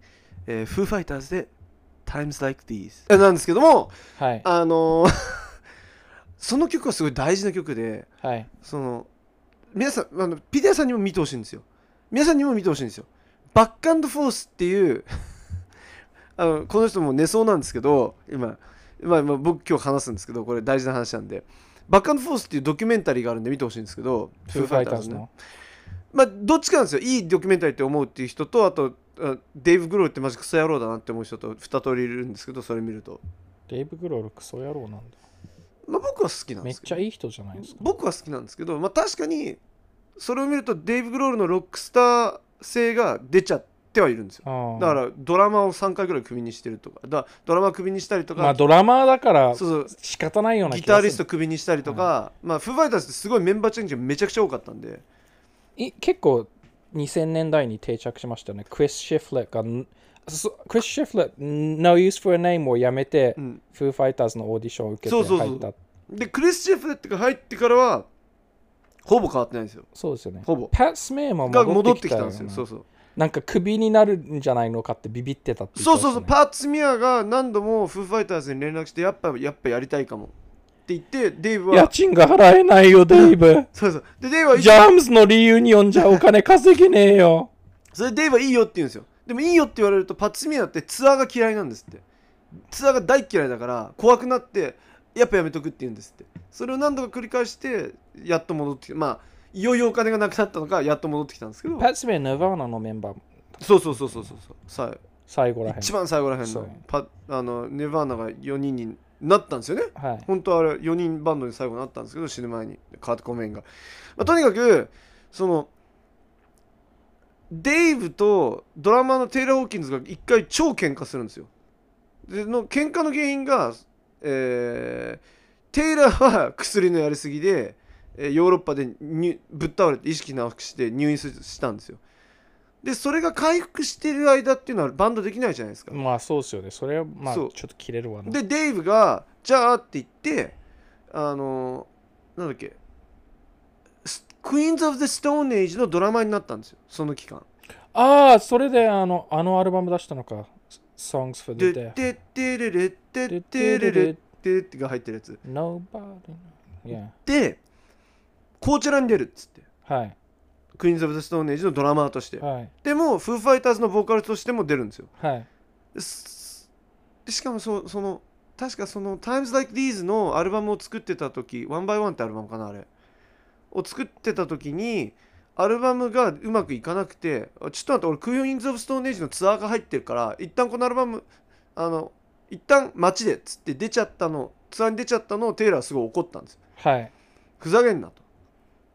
えー、フーファイターズで「Times Like These」えなんですけども
はい
あのー その曲はすごい大事な曲で
はい
その皆さんあのピデアさんにも見てほしいんですよ皆さんにも見てほしいんですよバックアンドフォースっていう あのこの人もう寝そうなんですけど今、まあ、まあ僕今日話すんですけどこれ大事な話なんで「バックアンドフォース」っていうドキュメンタリーがあるんで見てほしいんですけど
フーファイターズ
ね
の。
まあどっちかなんですよいいドキュメンタリーって思うっていう人とあとあデイブ・グローってマジクソ野郎だなって思う人と2通りいるんですけどそれ見ると、
デイブ・グロールクソ野郎なんだ。
まあ、僕は好きなんで
めっ
すけ
ち
ど
ゃいい人じゃないですか。
僕は好きなんですけど、まあ、確かにそれを見るとデイブ・グロールのロックスター性が出ちゃってはいるんですよ
ああ
だからドラマを3回ぐらいクビにしてるとかだからドラマクビにしたりとか、
まあドラマーだから
そうそう
仕方ないような
ギ
気
タ
がする
リストクビにしたりとか、まあフーファイターズってすごいメンバーチェンジがめちゃくちゃ多かったんで
い結構2000年代に定着しましたよねクリス・シェフレットがそクリス・シェフレット No Use for a Name をやめて、
うん
フーファイターズのオーディションを受け
そ
て入
う
った
そ
そうう
そうでクリス・ジェフレットが入ってからはほぼ変わってないんですよ
ですよね
ほぼ
パット・スメーも
が戻
戻
っ
ってて
き
き
た
た
ん
よ
で
ね
すよそうそう
なんかクビになるんじゃないのかってビビってたって言って
そう
ました
そう
ね
そうパーツミアが何度もフーファイターズに連絡してやっぱやっぱやりたいかもって言ってデイブ
家
は
賃が払えないよデイブ
そうそうでデイブはいい
ジャームズのリユニオンじゃお金稼げねえよ
それでデイブはいいよって言うんですよでもいいよって言われるとパーツミアってツアーが嫌いなんですってツアーが大嫌いだから怖くなってやっぱやめとくって言うんですってそれを何度か繰り返してやっと戻ってきてまあいよいよお金がなくなったのかやっと戻ってきたんですけど
パット・スメーネヴァーナのメンバー
そうそうそうそうそうそうさあ
最後らへん
一番最後らへん
そう
のパあのネバーナが4人になったんですよね
はい
本当はあれ4人バンドに最後なったんですけど死ぬ前にカート・コメインが、まあ、とにかくそのデイブとドラマーのテイラー・ホーキンズが一回超喧嘩するんですよでの喧嘩の原因が、えーテイラーは薬のやりすぎでえーヨーロッパで入ぶっ倒れて意識なくして入院すしたんですよでそれが回復してる間っていうのはバンドできないじゃないですか、
まあそうですよねそれはまあち
そ
ょ
う
っと切れるわな
でデイブが「じゃあ」って言ってあのなんだっけスクイーンズ・オブ・ザ・ストーン・エイジのドラマーになったんですよその期間
ああ、それであのあのアルバム出したのか。Songs for
で
the
「
Deaf。
てってれれってってれれって」ってが入ってるやつ
Nobody. Yeah.
でこちらに出るっつって
はい。
クイーンズ・オブ・ザ・ストーン・エイジのドラマーとして
はい。
でもフー・ファイターズのボーカルとしても出るんですよ
はい。
ですでしかもそその確かその「Times Like These」のアルバムを作ってた時「One by One」ってアルバムかなあれを作ってた時にアルバムがうまくいかなくてあちょっと待って俺クイーンズ・オブ・ストーン・エイジのツアーが入ってるから一旦このアルバムあの一旦街でっつって出ちゃったのツアーに出ちゃったのをテイラーはすごい怒ったんですよ
はい。
ふざけんなと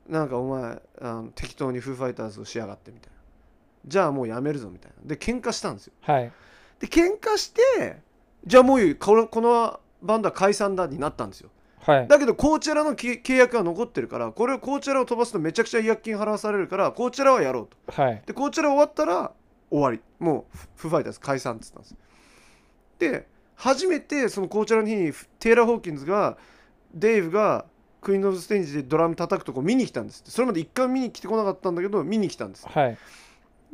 なんかお前あの適当にフーファイターズをしやがってみたいなじゃあもうやめるぞみたいなで喧嘩したんですよ
はい。
で喧嘩してじゃあもういいこのこのバンドは解散だになったんですよ
はい。
だけどコーチェラの契契約は残ってるからこれをコーチェラを飛ばすとめちゃくちゃ違約金払わされるからコーチェラはやろうと
はい。
でコーチェラ終わったら終わりもうフフーファイターズ解散っつったんですで初めてそのコーチェラの日にフテイラー・ホーキンズがデイブがクイーン・オブ・ステージでドラム叩くとこ見に来たんですってそれまで一回も見に来てこなかったんだけど見に来たんです
はい。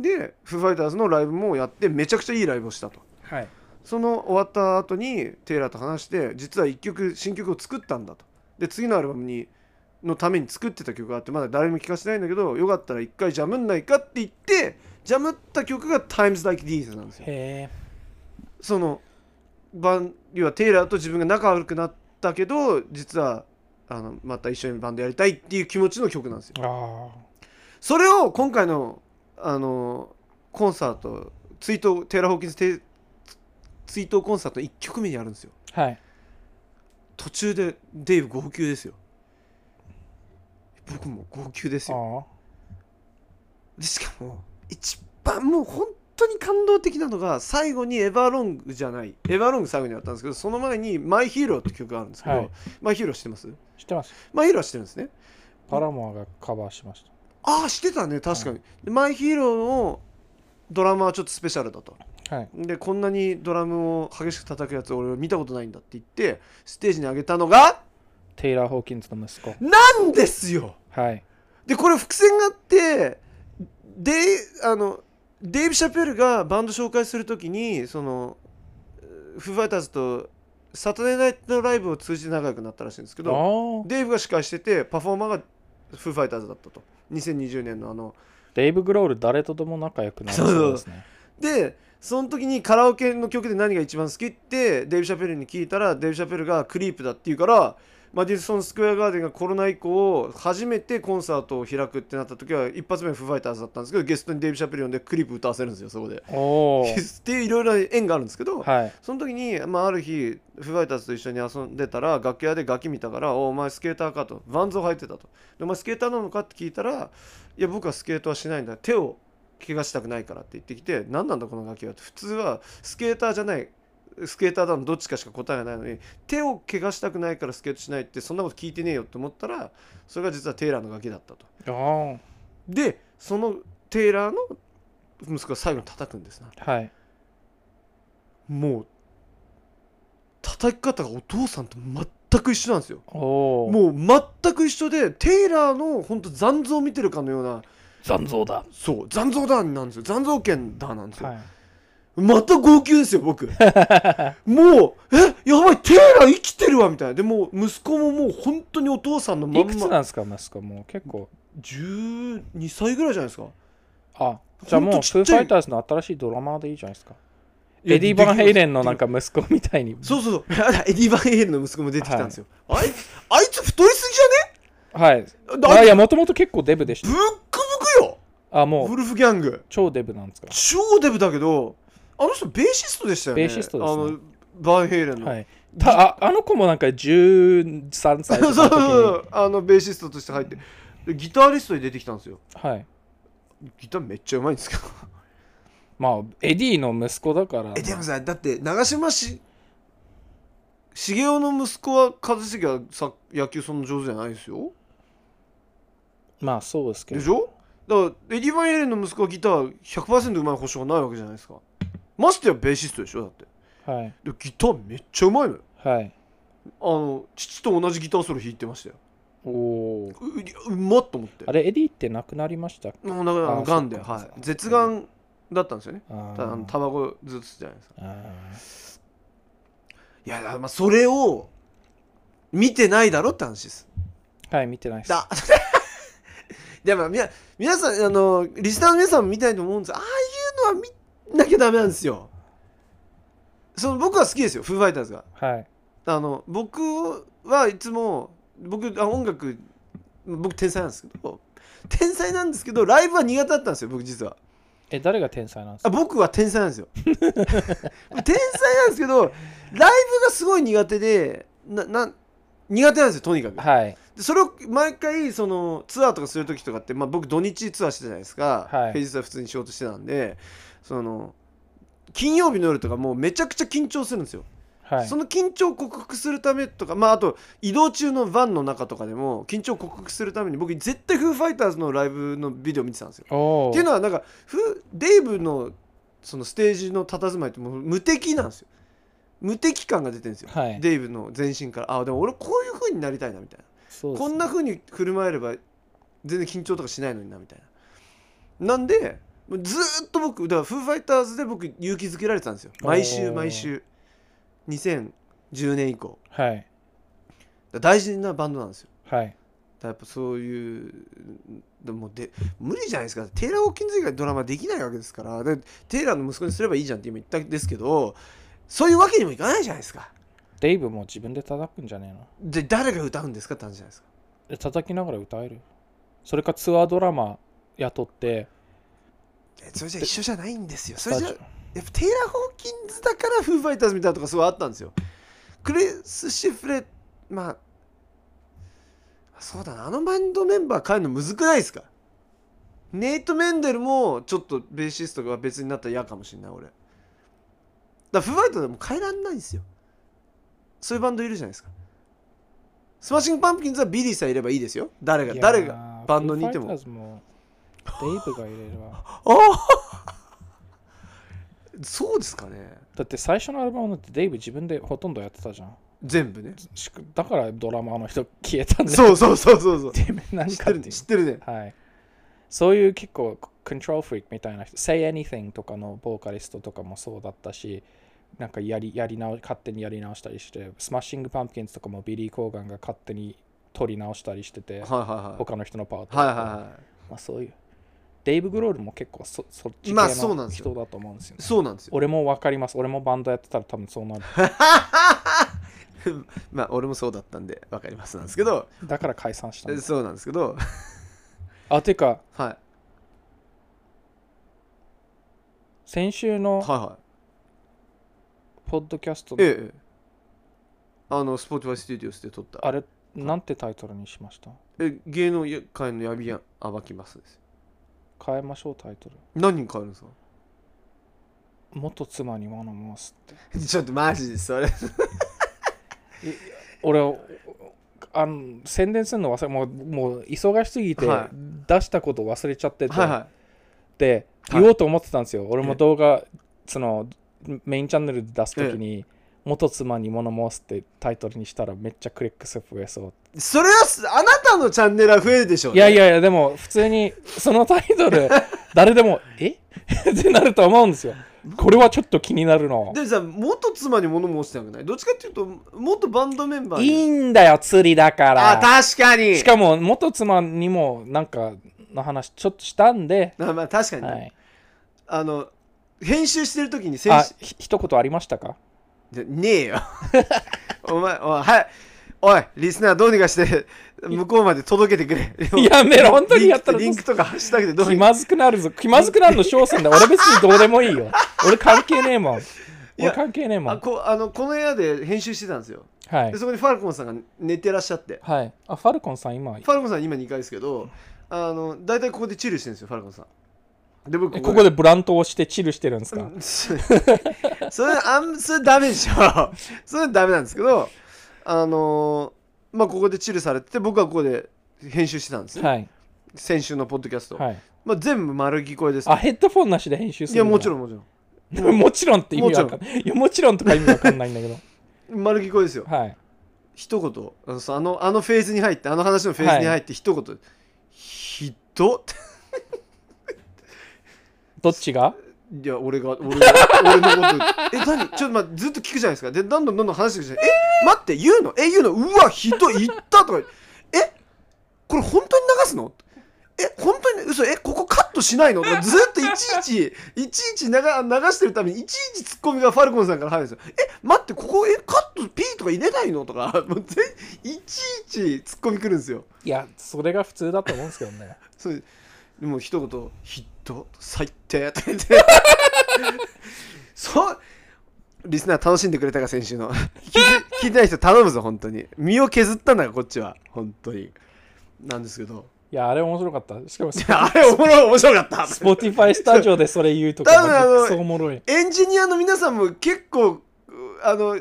でフーファイターズのライブもやってめちゃくちゃいいライブをしたと
はい。
その終わった後にテイラーと話して実は1曲新曲を作ったんだとで次のアルバムにのために作ってた曲があってまだ誰も聴かせないんだけどよかったら一回ジャムんないかって言ってジャムった曲が「Times Like These」なんですよ
へえ。
そのバン要はテイラーと自分が仲悪くなったけど実はあのまた一緒にバンドやりたいっていう気持ちの曲なんですよ
あ
それを今回のあのコンサート追悼テイラー・ホーキンステイ追悼コンサート1曲目にやるんですよ
あ。はい。
途中でデイブ号泣ですよ僕も号泣です
あ
よ
あ。
でしかも一番もう本当に感動的なのが最後に「エヴァロング」じゃない「エヴァロング」最後にあったんですけどその前に「マイヒーロー」って曲があるんですけど、
はい
マイヒーロー知ってます
知ってます。
マイヒーローは知ってるんですね
パラモアがカバーしました。
ああ知ってたね確かに、でマイヒーローのドラマはちょっとスペシャルだと
はい。
でこんなにドラムを激しく叩くやつ俺は見たことないんだって言ってステージに上げたのが
テイラー・ホーキンズの息子。
なんですよ
はい。
でこれ伏線があってであのデイブ・シャペルがバンド紹介するときにそのフーファイターズとサタデーナイトライブを通じて仲良くなったらしいんですけ
あ
ど
あ。
デイブが司会しててパフォーマーがフーファイターズだったと2020年のあの
デイブ・グロール誰とでも仲良くなる
そうそう
そうですね。
でその時にカラオケの曲で何が一番好きってデイブ・シャペルに聞いたらデイブ・シャペルがクリープだって言うからマディソン・スクエア・ガーデンがコロナ以降初めてコンサートを開くってなった時は一発目フーファイターズだったんですけどゲストにデイブ・シャペル呼んでクリープ歌わせるんですよそこで。
おお。
っていういろいろ縁があるんですけど、
はい。
その時に、まあ、ある日フーファイターズと一緒に遊んでたら楽屋でガキ見たから「おお前スケーターか」とバンズを履いてたと「でお前スケーターなのか?」って聞いたら「いや僕はスケートはしないんだ手を怪我したくないから」って言ってきて「何なんだこのガキは」って普通はスケーターじゃないスケーターだのどっちかしか答えがないのに手を怪我したくないからスケートしないってそんなこと聞いてねえよって思ったらそれが実はテイラーのガキだったと
あー
でそのテイラーの息子が最後に叩くんですな
はい。
もう叩き方がお父さんと全く一緒なんですよ
おお。
もう全く一緒でテイラーの本当残像を見てるかのような
残像だ。
そう残像団なんですよ残像犬だなんですよ、
はい。
また号泣ですよ 僕もうえやばいテイラー生きてるわみたいなでもう息子ももう本当にお父さんのま
い
ん
くつ
ま
なんですか、マスカもう結構。
12歳ぐらいじゃないですか
あ、じゃあもう、
ほん
フ
とちっ
ー
ちゃ
フ
い
ァイターズの新しいドラマでいいじゃないですか。
いや
エディ・バンヘイレンの
できま
な
す
んか息子みたいに。
そうそう そうエディ・バンヘイレンの息子も出てきたんですよ、あいあいつ太りすぎじ
はい。
ゃねだ
あいや、もともと結構デブでし
ブ
た
ッ。クブクよ
あ、も
ウ
う
ルフギャング
超デブなんですか。
超デブだけどあの人ベーシストでしたよね
ベーシストですね
あのバンヘイレンの、
はい。たああの子もなんか13歳と か
そうそう
の時
そ
に。
うあのベーシストとして入ってでギタリストで出てきたんですよ
はい。
ギターめっちゃうまいんですけど
まあ、エディの息子だから。
えでもさだって長嶋し茂雄の息子は一茂はさ野球そんな上手じゃないですよ
まあ、そうですけ
で
ど
し。ょだからエディ・バンヘイレンの息子はギター100%うまい保証がないわけじゃないですかましてやベーシストでしょだって
はい。
でギターめっちゃうまいのよ
はい。
あの父と同じギターソロ弾いてましたよ
おお。
ういやうまっと思って
あれ、エディって亡くなりました
もうだからあの
あ
がんで、
そっか
は
そっか
い、絶がんだったんですよね
あ
ただあの
ー
タバコずっと吸ってたじゃないですか
あー
いやだからまあそれを見てないだろって話です
はい、見てないです。
だでもみな皆さんあのリスナーの皆さんも見たいと思うんですああいうのは見なきゃダメなんですよその僕は好きですよフーファイターズが
はい。
あの僕はいつも僕あ音楽僕天才なんですけど天才なんですけどライブは苦手だったんですよ僕実は
え、誰が天才なんです
あ
か
僕は天才なんですよ 天才なんですけどライブがすごい苦手でなな苦手なんですよとにかく
はい。
でそれを毎回そのツアーとかする時とかって、まあ、僕土日ツアーしてたじゃないですか、
はい
平日は普通に仕事してたんでその金曜日の夜とかもうめちゃくちゃ緊張するんですよ、
はい
そ。の緊張を克服するためとかまああと移動中のバンの中とかでも緊張を克服するために僕絶対フーファイターズのライブのビデオ見てたんですよ
おお。
っていうのはなんかフデイブのそのステージの佇まいってもう無敵なんですよ無敵感が出てるんですよ、
はい。
デイブの全身からあでも俺こういう風になりたいなみたいな、
そうです
こんな風に振る舞えれば全然緊張とかしないのになみたいななんでもうずーっと僕だからフーファイターズで僕勇気づけられてたんですよ毎週
おー
毎週2010年以降
はい。
だから大事なバンドなんですよ
はい。
だからやっぱそういうでもで無理じゃないですかテイラー・オーキンズ以外ドラマできないわけですからでテイラーの息子にすればいいじゃんって今言ったんですけどそういうわけにもいかないじゃないですか
デイブも自分で叩くんじゃねえの
で誰が歌うんですかって話じゃないですか
え叩きながら歌えるそれかツアードラマ雇って
えそれじゃ一緒じゃないんですよそ
スタ
れじ
ジ
ゃ
オ
やっぱテイラー・ホーキンズだからフー・ファイターズみたいなとかすごいあったんですよクリス・シフレまあそうだなあのバンドメンバー変えるのむずくないですかネイト・メンデルもちょっとベーシストが別になったら嫌かもしんない俺だからフー・ファイターでも変えらんないんですよそういうバンドいるじゃないですかスマッシング・パンプキンズはビリーさんいればいいですよ誰が
いやー
誰がバンドにいて
フ
も
ーファイターズもデイブが入れれば
あー そうですかね
だって最初のアルバムだってデイブ自分でほとんどやってたじゃん
全部ね
しかだからドラマーの人消えたんだよ
そうそうそうそう そう
てめえ何
知っ
か
て
っ
る
て
ね
い
知ってるね
うはいそういう結構コントロールフリークみたいな人 Say Anything とかのボーカリストとかもそうだったしなんかやりやり直勝手にやり直したりしてスマッシングパンプキンズとかもビリー・コーガンが勝手に取り直したりしてて
はいはいはい
他の人のパートとか
はいはいはい
まあそういう。デイブ・グロールも結構そそっち系
まあそうなん
の
ですよ
人だと思うんですよね。
そうなんですよ
俺も分かります。俺もバンドやってたら多分そうなる。
まあ俺もそうだったんでわかりますなんですけど
だから解散したんだ
そうなんですけど
あ、てか、
はい
先週
はい
の
はい
ポッドキャストの
ええあのスポーティファイステュディオスで撮った
あれ、なんてタイトルにしました
え芸能界の闇や暴きますです
変えましょうタイトル。
何人変えるんですか
元妻に物申すって。
ちょっとマジでそれ
俺おあの宣伝するの忘れもうもう忙しすぎて
は
出したこと忘れちゃってて、
はいは
で
はい
言おうと思ってたんですよ、俺
え
も
え
動画そのメインチャンネルで出す時に「元妻に物申す」ってタイトルにしたらめっちゃクリック数増えそう、
いそれはすあなたのチャンネルは増えるでしょう、ね、
いやいやいやでも普通にそのタイ トル誰でも「え ってなると思うんですよこれはちょっと気になるの
でもさ元妻に物申してなくないどっちかっていうと元バンドメンバー
い
に
いんだよ釣りだから
あ確かに
しかも元妻にもなんかの話ちょっとしたんで、
あまあ確かにね、
はい、
あの編集してる時に
あ
先週
ひ一言ありましたか
でねえよ お前おいはいおいリスナーどうにかして向こうまで届けてくれ
やめろ本当にやったら
リンクとかハッシュタグでどう
気
にか
まずくなるぞ気まずくなるの翔さん だ俺別にどうでもいいよ俺関係ねえもん
や
俺関係ねえも
あ
ん
こあのこの部屋で編集してたんですよ
はい
でそこにファルコンさんが寝てらっしゃって
はいあファルコンさん今
ファルコンさん今2階ですけどあの大体ここでチルしてるんですよファルコンさんで僕
えここでブラントをしてチルしてるんですか
うんそ それあんそれダメでしょ それダメなんですけどあのーまあここでチルされてて僕はここで編集してたんですね、
はい
先週のポッドキャスト、
はい
まあ、全部丸聞こえです
あヘッドフォンなしで編集す
い
る
や
の
もちろんもちろ
もちろんって意味わかんないいやもちろんとか意味わかんないんだけど
ん丸聞こえですよ
はい
一言あのそうあのあのフェーズに入ってあの話のフェーズに入って一言、ひどっ
どっちが
いや俺が俺が俺のことえ何ちょっと待ってずっと聞くじゃないですかでどんどんどんどん話してくじゃないえ待って言うのえ言うのうわひどい言ったとかえこれ本当に流すのえ本当に嘘えここカットしないのずっといちいちいちいち流流してるためにいちいちツッコミがファルコンさんから入るんですよえ待ってここえカット P とか入れないのとかもうぜいちいちツッコミくるんですよ
いやそれが普通だと思うんですけどね
それでも一言「ヒット最低」って言って そうリスナー楽しんでくれたか先週の聞いて聞いてない人頼むぞ本当に身を削ったんだからこっちは本当になんですけど
いやあれ面白かったしかも
いやあれおもろい面白かった
スポティファイスタジオでそれ言うと
多分あの
か、クソおもろい。
エンジニアの皆さんも結構うあの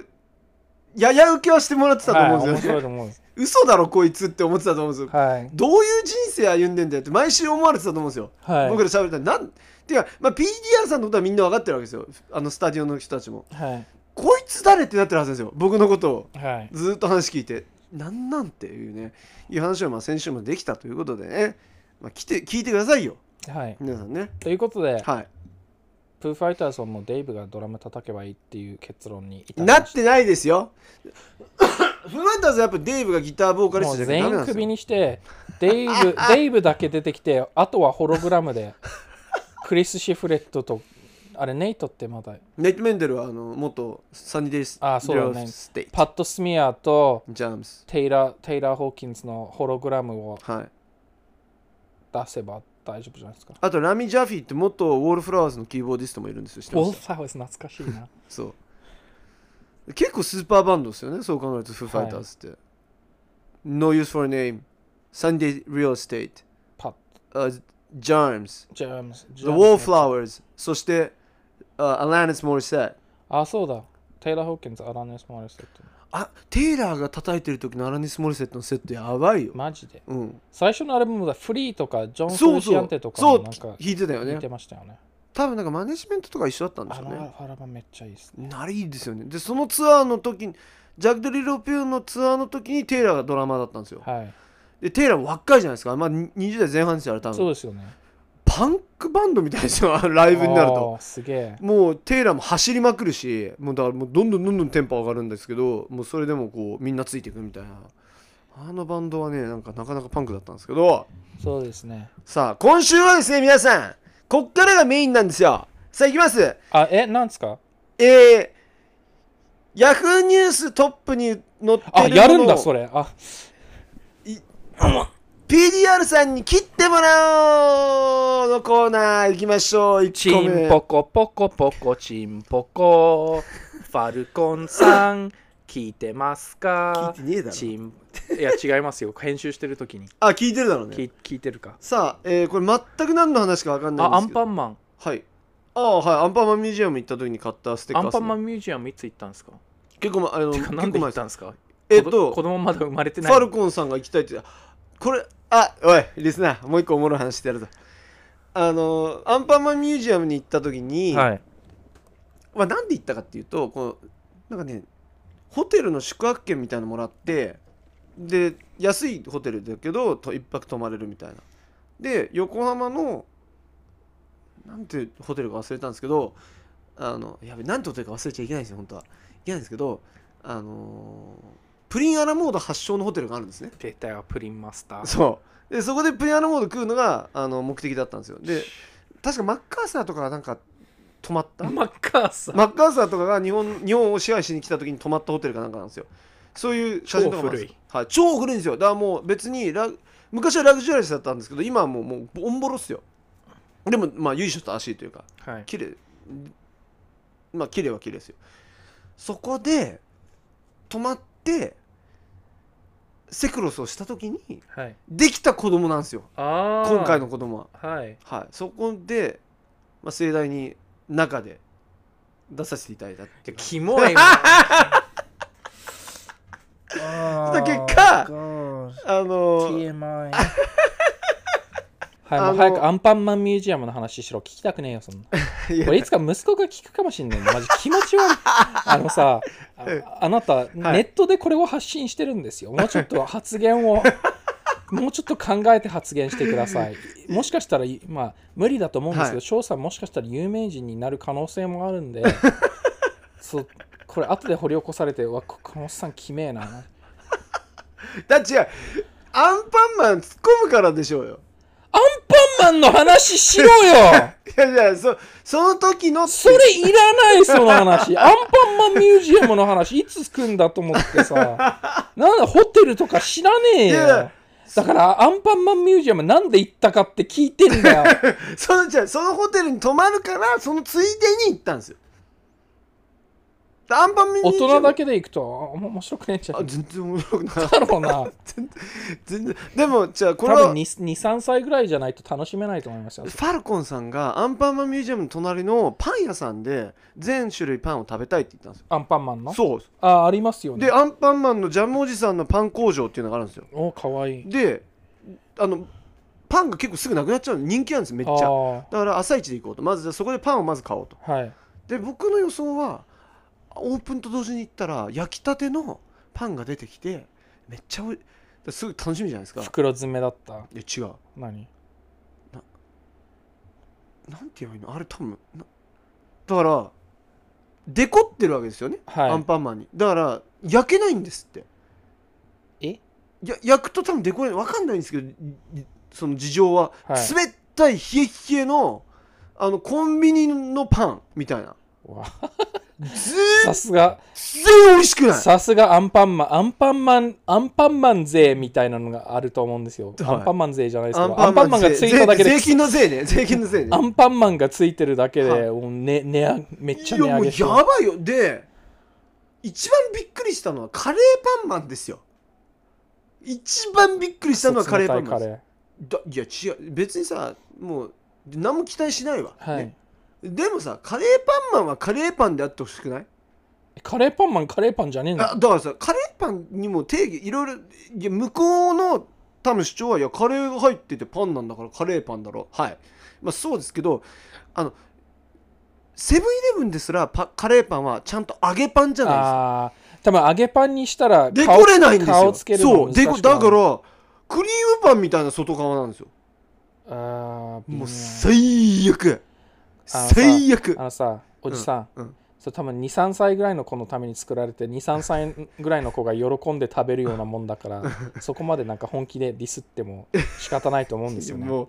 やや受けはしてもらってたと思
はい、
うん
面
ですよね、
白いと思うんです。
嘘だろこいつって思ってたと思うんですよ、
はい。
どういう人生歩んでんだよって毎週思われてたと思うんですよ
はい。
僕ら喋ったらなんていうか、まあ、PDR さんのことはみんな分かってるわけですよあのスタジオの人たちも
はい。
こいつ誰ってなってるはずですよ僕のことを
はい。
ずっと話聞いてなんなんていうねいう話をまあ先週もできたということでね、まあ、来て聞いてくださいよ
はい。
皆さんね
ということで、
はい
プーファイターズはもうデイブがドラム叩けばいいっていう結論に至りま
なっ
した
てないですよ フマンターズはやっぱデイブがギターボーカリス
も
ト
う
じゃなきゃ
全
ダメなんで
員ク
すよ
ビにして、デ イブ、デイブだけ出てきて、あとはホログラムで、クリス・シフレットと、あれ、ネイトってまだ、
ネイト・メンデルはあの元サニーデイス・
あそうだね
リオステイト
パッド・スミアと
ジャームス
テイラー、テイラー・ホーキンズのホログラムを
はい
出せば大丈夫じゃないですか。
あとラミ・ジャフィって元ウォールフラワーズのキーボーディストもいるんですよ知って
ウォ
ま
ー
し
ル
た
ファウス懐かしいな。
そう結構スーパーバンドですよねそう考えるとフーファイターズって、No use for a name Sunday real estate、
パッ
uh, Jarms
ジェームズ。ジ
The
ェームズ
Wallflowers そして、uh, Alanis Morissette
あ、そうだ。テイラー・ホーキンズ、アラネス・モレステって。
あテイラーが叩いてる時のアラニス・モリセットのセットやばいよ、
マジで。
うん、
最初のアルバムだ、フリーとか、ジョン・フ
そ
ル
う
シ
そ
アン
う
テとか
そ
も
う
なんか
聞いてたよね
似てましたよね。
多分なんかマネジメントとか一緒だったんで
あ
すよ
の
ね
アルバムめっちゃいいですね。
なりいいですよねでそのツアーの時にジャック・デ・リロピューのツアーの時にテイラーがドラマーだったんですよ
はい。
でテイラーも若いじゃないですか、まあ、に20代前半ですよあれ多分
そうですよね。
パンクバンドみたいですよあの ライブになると
あー。すげえ。
もうテイラーも走りまくるしもうだからもうどんどんどんどんテンポ上がるんですけどもうそれでもこうみんなついていくみたいなあのバンドはねなんかなかなかパンクだったんですけど
そうですね
さあ今週はですね皆さんこっからがメインなんですよさあいきます
あえなんですか
えー、ヤフーニューストップに載ってる
あやるんだそ
れ
れあ
PDR さんに切ってもらおうのコーナー行きましょう1個
チ
目
ンポコポコポコチンポコファルコンさん聞いてます
聞い
か
てねえだろ
チンいや違いますよ編集してる時に
あ聞いてるだろうね
聞い聞いてるか
さあ、えーこれ全く何の話か分かんないん
あ
で
ア
す
ン
けど
パンマン
はいああはいアンパンマンミュージアム行った時に買ったステッ
ア
カーっ
ン
す
パ
ね
ンマンミュージアムいつ行ったんですか
結構、ま、あの
て
結構
かなん
前
で行っ
です
たんですか
えっ
子ど
と
子供まだ生まれて
フ
ない
ァルコンさんが行きたいってこれあおいリスナーもう一個おもろい話してやるぞあのアンパンマンミュージアムに行った時に、
はい
まあ、なんで行ったかっていうとこのなんかねホテルの宿泊券みたいなのもらってで安いホテルだけどと一泊泊まれるみたいなで横浜のなんてホテルか忘れたんですけどあのやべなんてホテルか忘れちゃいけないんですよ本当はいけないんですけどあのープリンアラモード発祥のホテルがあるんですね
出たよプリンマスター
そうでそこでプリンアラモード食うのがあの目的だったんですよで確かマッカーサーとかがなんか泊まった
マッカーサー、
マッカーサーとかが日本日本を支配しに来た時に泊まったホテルかなんかなんですよ。そういう写真とかもあるんですよはい、超古いんですよ。だからもう別にラ昔はラグジュアリーだったんですけど今はもうもうボンボロっすよ。でもまあ由緒正しいというか
はい、
綺麗まあ綺麗は綺麗ですよ。そこで泊まってセクロスをした時に
はい、
できた子供なんですよ
ああ
今回の子供は。
はい
はい、そこで、まあ、盛大に中で出させていただいたっていうか
キモいな
そした結果あのー
TMI
はい、も
あ
う
の
早くアンパンマンミュージアムの話しろ聞きたくねえよそんな
いや
俺いつか息子が聞くかもしんないマジ気持ち悪いあのさ あ
うん
あなたネットでこれを発信してるんですよもうちょっと発言を もうちょっと考えて発言してくださいもしかしたらまあ無理だと思うんですけ
は
ど
い
翔、さんもしかしたら有名人になる可能性もあるん でそうこれ後で掘り起こされてうわここのおっさんきめえな
だって違うアンパンマン突っ込むからでしょうよ
アンパンマンの話しろよ
いやいやそその時の
それいらないその話アンパンマンミュージアムの話いつ来んだと思ってさなんだホテルとか知らねえ
いやい
よ
や
だからアンパンマンミュージアムなんで行ったかって聞いてん だよ
そのじゃあそのホテルに泊まるからそのついでに行ったんですよアンパンマン
大人だ
け
けで行くとあ面白くねえんじゃ
あ
ん
全然面白くなかった
だろうな
全然でもじゃあこ
多
れは
分23歳ぐらいじゃないと楽しめないと思いますよ
ファルコンさんがアンパンマンミュージアムの隣のパン屋さんで全種類パンを食べたいって言ったんですよ
アンパンマンの
そう
あありますよね
でアンパンマンのジャムおじさんのパン工場っていうのがあるんですよ
おかわいい
であのパンが結構すぐなくなっちゃうの人気なんですめっち
あ
ゃ
ー
だから朝一で行こうとまずじゃあそこでパンをまず買おうと
はい
で僕の予想はオープンと同時に行ったら焼きたてのパンが出てきてめっちゃおいだからすごい楽しみじゃないですかい
袋詰めだった
や違う
何
なんて言えばいいのあれ多分なだからデコってるわけですよね、アン
は
パンマンにだから焼けないんですって
いえ
や焼くと多分デコれわかんないんですけどいいその事情は、
はい
冷たい冷え冷えのあのコンビニのパンみたいな
うわ
全
さすが
然美味しくない
さすがアンパンマン、アンパンマン、アンパンマン勢みたいなのがあると思うんですよ。
はい
アンパンマン勢じゃないですけど、アンパンマンがついただけ
税
で
税、金のせいね税金のせいね
アンパンマンがついてるだけ
は
で、もうね、値上げめっちゃ
いや
値上
もう
げ
や
してる
ばいよで一番びっくりしたのはカレーパンマンですよ一番びっくりしたのはカレーパンマンです
冷たい
だいや違う別にさもう何も期待しないわ、
カレー。はい
ね。でもさカレーパンマンはカレーパンであってほしくない
カレーパンマン、カレーパンじゃねえんだ。
あだからさカレーパンにも定義いろいろいや向こうの多分主張はいやカレーが入っててパンなんだからカレーパンだろはいまあそうですけどあのセブンイレブンですらパカレーパンはちゃんと揚げパンじゃないですか
あー多分揚げパンにしたら
デコれないんですよ
顔つけるの
そう
も難
デ
しくな
コ
る
だからクリームパンみたいな外側なんですよ
あー微妙
もう最悪
あのさ
最悪
あのさおじさん、
うんうん
それ多分23歳ぐらいの子のために作られて23歳ぐらいの子が喜んで食べるようなもんだから そこまでなんか本気でディスっても仕方ないと思うんですよね。
もう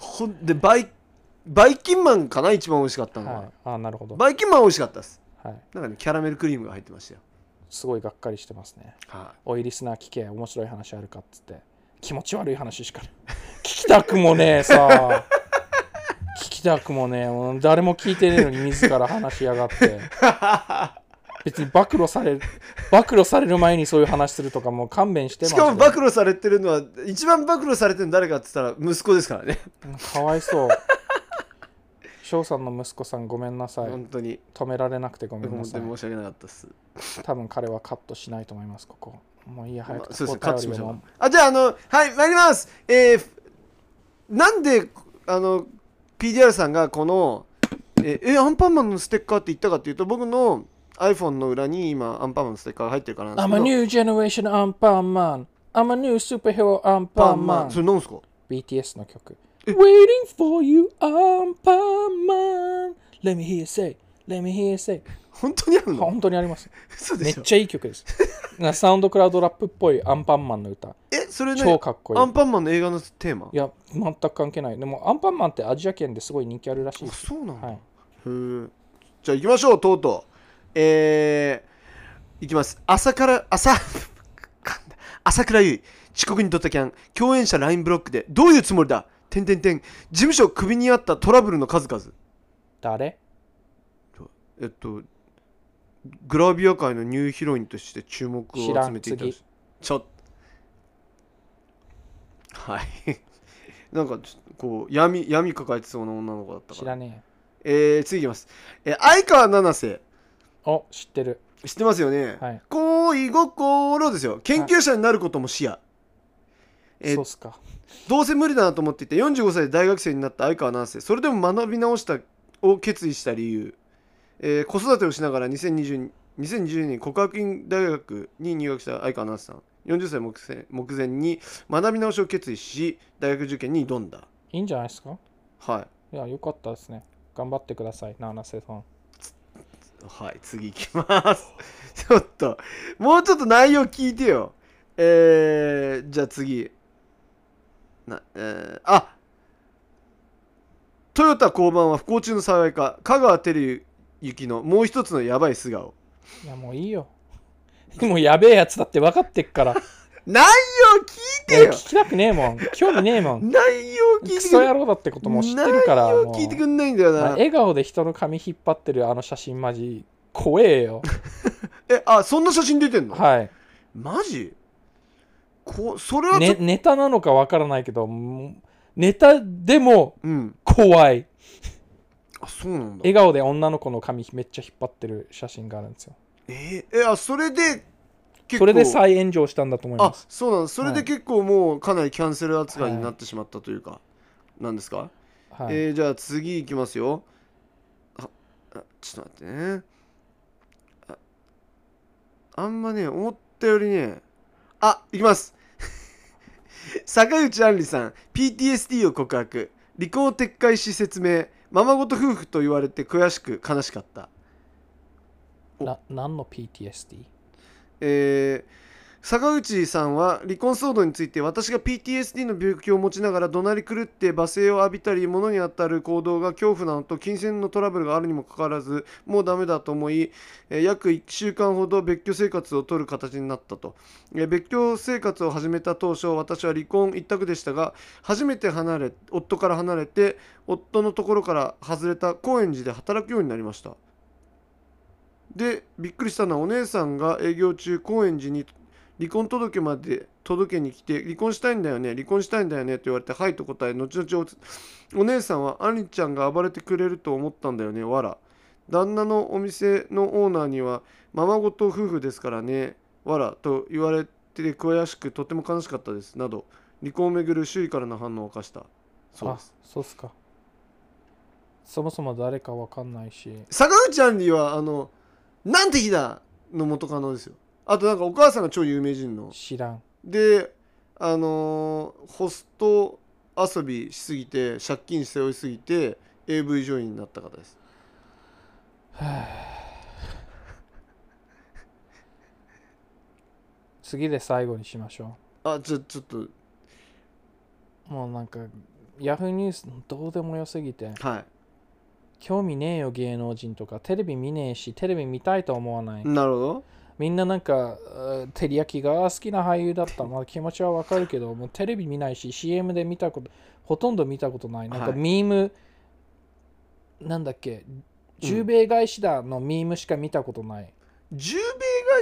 ほんでバイバイキンマンかな一番美味しかったのは、
はい、あなるほど、
バイキンマン美味しかったです
はい。
なんかねキャラメルクリームが入ってましたよ
すごいがっかりしてますね。
は
おいリスナー聞け面白い話あるかっつって気持ち悪い 話しかない聞きたくもねえさ聞きたくもねえもう誰も聞いてねえのに自ら話しやがって別に暴露される暴露される前にそういう話するとかもう勘弁して
い、
ま
しかも
マ
暴
ジ
露されてるのは一番暴露されてるの誰かって言ったら息子ですからね、
でかわ いそう翔さんの息子さんごめんなさい
本当に
止められなくてごめんな
本
さ
当
い
に申し訳なかったです
多分彼はカットしないと思いますここもういいや
ま
早く
あそうですね、
お
カットし
便
ま
り
し
を
ょ
も
う。あ、じゃあ、あの、はい、参ります。えーふなんで、あの、PDR さんがこの、えーえアンパンマンのステッカーって言ったかっていうと、僕の iPhone の裏に今、アンパンマンのステッカーが入ってるからなん
I'm
で
a
すけど、
new generation アンパンマン I'm a new superhero アンパ
パ
ン
ン
マ
マン。そ
ン
れなんですか
BTS の曲 Waiting for you アンパンマン Let me hear you say Let me hear you say
本当にあるの
本当にあります
嘘
め
で
っ
しょ
ちゃいい曲ですなサウンドクラウドラップっぽいアンパンマンの歌
え、それ
超
ね、
かっこいい
アンパンマンの映画のテーマ
いや全く関係ないでもアンパンマンってアジア圏ですごい人気あるらしい
あ、
です
そうなんだ。
は
へ
い
え。じゃあ、行きましょう、とうとう。えー、いきます。朝から、朝、 かんだ朝倉優衣、遅刻にドタキャン、共演者ラインブロックで、どういうつもりだてんてんてん、事務所クビにあったトラブルの数々。
誰
えっと、グラビア界のニューヒロインとして注目を集めていた
知らん次
しちょっはい。 なんかちょっとこう闇闇抱えてそうな女の子だった
知
から
ね
えー、次いきます。えー、相川七瀬。
えお知ってる
知ってますよね。
はい
恋心ですよ。研究者になることも視野。えー
そうっすか
どうせ無理だなと思っていて45歳で大学生になった相川七瀬。それでも学び直したを決意した理由。えー子育てをしながら2020 2020年国学院大学に入学した相川七瀬さん。40歳目前目前に学び直しを決意し、大学受験に挑んだ。
いいんじゃないですか
はい。
いやよかったですね頑張ってください七瀬さん
はい、次行きます。 ちょっと、もうちょっと内容聞いてよ。えー、じゃあ次。な、えー、あトヨタ交番は不幸中の幸いか、香川照之のもう一つのやばい素顔。
いやもういいよ。 もうやべえやつだって分かってっ から。
内容聞い
い
て
や
よ
聞きたくねえもん。興味ねえもん。
内容聞い
ク
て
ソ
くん
野郎だってことも知ってるから。
内容
もう
聞いてくんないんだよ
まあ
な。
笑顔で人の髪引っ張ってるあの写真マジ怖えよ。
え、あ、そんな写真出てんの
はい。
マジ こそれはちょ
ね
っと、
ネタなのか分からないけど、もうネタでも
うん。
怖い。
あ、そうなんだ。
笑顔で女の子の髪めっちゃ引っ張ってる写真があるんですよ。
えーえ、あ、それで、結構
それで再炎上したんだと思い
あ
ます。
そうなんですそれ
は
で
い
結構もうかなりキャンセル扱いになってしまったというか、なんですか、
はい
えーじゃあ次いきますよああちょっと待ってねああんまね思ったよりねあいきます 坂口杏里さん PTSD を告白離婚を撤回し説明ままごと夫婦と言われて悔しく悲しかったお
な何の PTSD?
えー坂口さんは離婚騒動について私が PTSD の病気を持ちながら怒鳴り狂って罵声を浴びたり物に当たる行動が恐怖なのと金銭のトラブルがあるにもかかわらずもうダメだと思い、えー約1週間ほど別居生活を取る形になったと、えー別居生活を始めた当初私は離婚一択でしたが初めて離れ夫から離れて夫のところから外れた高円寺で働くようになりましたでびっくりしたのはお姉さんが営業中高円寺に離婚届まで届けに来て「離婚したいんだよね離婚したいんだよね」と言われて「はい」と答え後々おお姉さんは「あんりちゃんが暴れてくれると思ったんだよねわら」旦那のお店のオーナーには「ままごと夫婦ですからねわら」と言われて悔しくとても悲しかったですなど離婚をめぐる周囲からの反応を犯したそうです
あ、そうっすか。そもそも誰か分かんないし。
坂口杏里はあの「なんて日だ!」の元カノですよあとなんかお母さんが超有名人の
知らん。
であのーホスト遊びしすぎて借金背負いすぎて AV 女優になった方です
はあ次で最後にしましょ
あじゃあちょっと
うもうなんかヤフーニュースどうでもよすぎて
は
興味ねえよ芸能人とかテレビ見ねえしテレビ見たいと思わない
いなるほど
みんななんかうん照り焼きが好きな俳優だった、まあ、気持ちはわかるけどもうテレビ見ないし CM で見たことほとんど見たことないなんか
はい
ミーム、なんだっけ十米返しだのミームしか見たことない、
十米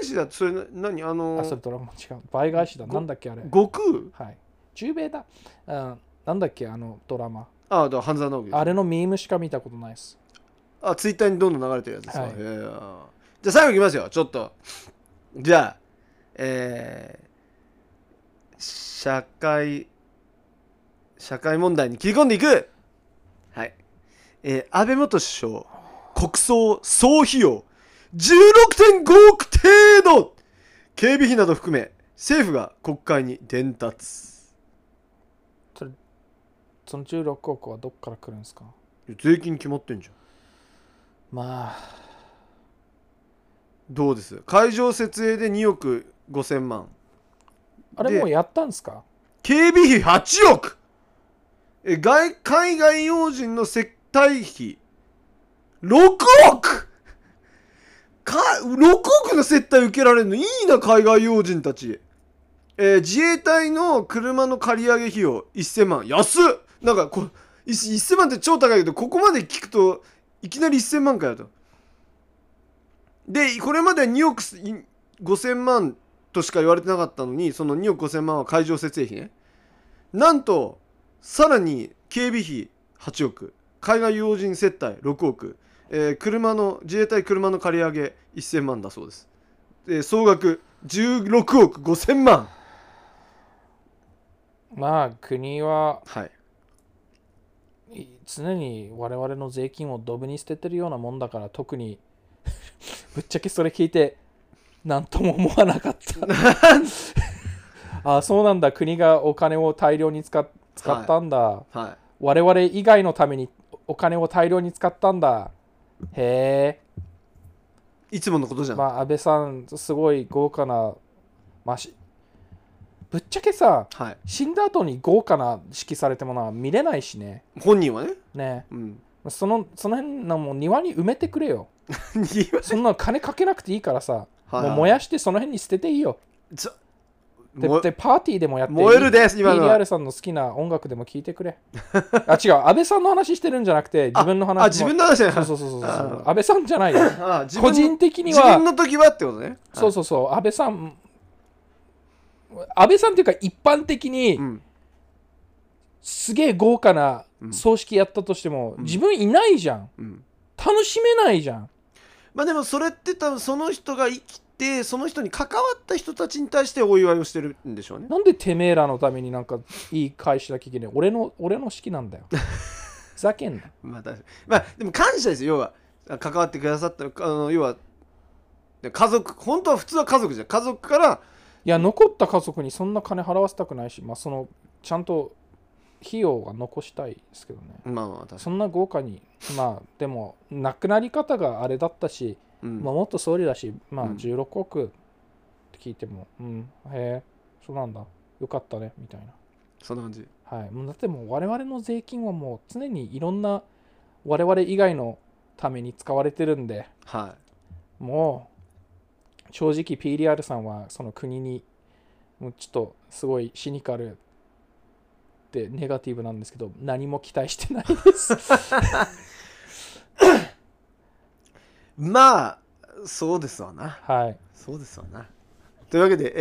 返しだそれな何あの
あそれドラマ違う倍返しだ
ご
なんだっけあれ
悟空
はい十米だ、うん、なんだっけあのドラマ
あだから半沢直樹でしょ
あれのミームしか見たことないです
あツイッターにどんどん流れてるやつですか、
はい
いやいやじゃあ最後いきますよちょっとじゃあえー、社会社会問題に切り込んでいくはいえー、安倍元首相国葬総費用16.5億程度警備費など含め政府が国会に伝達
それその16億はどっから来るんですか
税金決まってんじゃん
まあ
どうです会場設営で2億5000万
あれ
で
もうやったんですか
警備費8億え外海外要人の接待費6億か6億の接待受けられるのいいな海外要人たち、えー自衛隊の車の借り上げ費用1000万安っなんかこい1000万って超高いけどここまで聞くといきなり1000万かよとでこれまでは2億5000万としか言われてなかったのにその2億5000万は会場設営費ねなんとさらに警備費8億海外要人接待6億、えー車の自衛隊車の借り上げ1000万だそうですで総額16億5000万
まあ国は
はい
い常に我々の税金をドブに捨ててるようなもんだから特に ぶっちゃけそれ聞いて何とも思わなかった ああそうなんだ国がお金を大量に使っ使ったんだ、
は
我々以外のためにお金を大量に使ったんだへ
いいつものことじ
え
ゃん、
まあ安倍さんすごい豪華なまあしぶっちゃけさ
はい
死んだ後に豪華な指揮されてもな見れないしね
本人はね
ね
うん
そのその辺のもう庭に埋めてくれよそんなの金かけなくていいからさ、
はい
もう燃やしてその辺に捨てていいよ。
ちょ
で
も
でパーティーでもやって
燃えるです今のは
PDR さんの好きな音楽でも聴いてくれ。あ、違う、安倍さんの話してるんじゃなくて、自分の話も
あ自分の話じゃない
そうそうそうそうそう
あ。
安倍さんじゃないよ。
あ自分
個人的に
自分
は、
の時はってことね
そうそうそう、安倍さん、安倍さんっていうか、一般的に
う、ん
すげえ豪華な
うん
葬式やったとしても、
うん
自分いないじゃん。
うん
楽しめないじゃん。
まあでもそれって多分その人が生きてその人に関わった人たちに対してお祝いをしてるんでしょうね
なんでてめえらのためになんかいい返しなきゃいけない俺の俺の式なん だよ。ふざけんな。
まあ確かにまあでも感謝ですよ要はあ関わってくださったあの要は家族本当は普通は家族じゃん家族から
いや、残った家族にそんな金払わせたくないし、まあ、そのちゃんと費用は残したいですけどね。
まあまあ確か
そんな豪華に、まあ、でも、亡くなり方があれだったし、
に、うん
まあ、元総理だし、まあ、
うん
16億って聞いても、うん、へえ、そうなんだ、よかったね、みたいな。
そんな感じ
はい、もうだってもう我々の税金はもう常にいろんな我々以外のために使われてるんで
は
もう正直 PDR さんはその国にもうちょっとすごいシニカルでネガティブなんですけど何も期待してない です
いまあそうですわな
はい
そうですわなというわけで、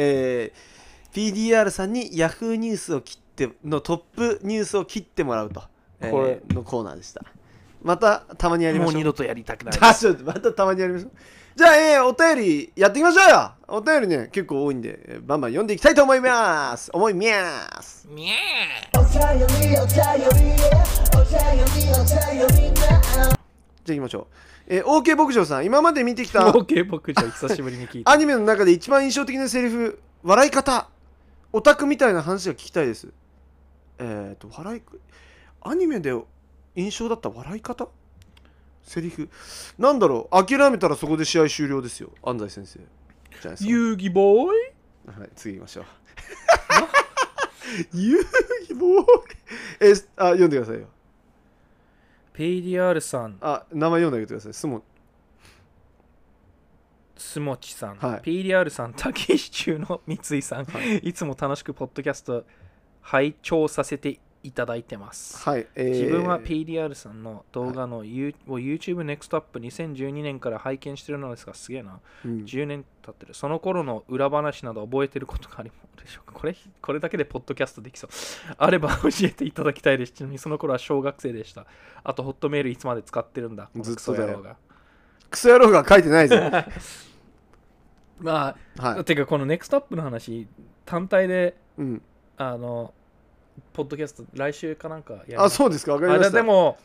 えー PDR さんに Yahoo ニュースを切ってのトップニュースを切ってもらうと、えー
これ
のコーナーでしたまたたまにやりましょう
とやりたくな
あちょっとまたたまにやりましょうじゃあ、えーお便りやっていきましょうよお便りね結構多いんで、えーバンバン読んでいきたいと思います思いみゃーすじゃあいきましょう、えー、OK 牧場さん今まで見てき た
ケー僕じゃ久しぶり に聞い
アニメの中で一番印象的なセリフ笑い方オタクみたいな話が聞きたいですえっ、と笑いアニメで印象だった笑い方セリフなんだろう諦めたらそこで試合終了ですよ安西先生じゃないですか
遊戯ボーイ
はい、次行きましょう。 ゆうもうえあ読んでくださいよ。
PDR さん、
あ名前読んであげてください。すも
スモチさん、
はい
PDR さん、竹石中の三井さん、、
はい
つも楽しくポッドキャスト拝聴させていただいてます。
はい、えー
自分は PDR さんの動画の You- を YouTube Next Up 2012年から拝見してるのですが、すげえな。
うん
10年経ってる。その頃の裏話など覚えてることがありますでしょうかこれこれだけでポッドキャストできそう。 あれば教えていただきたいです。ちなみにその頃は小学生でした。あとホットメールいつまで使ってるんだ。この
ずっと
クソ野
だよ
郎が。
クソ野郎が書いてないぞ。は
まあ、
い。
てかこの NEXT UP の話、単体で、
うん、
あの、ポッドキャスト来週かなんかや
あ、そうですか。わかりまし
あ
た。
でも、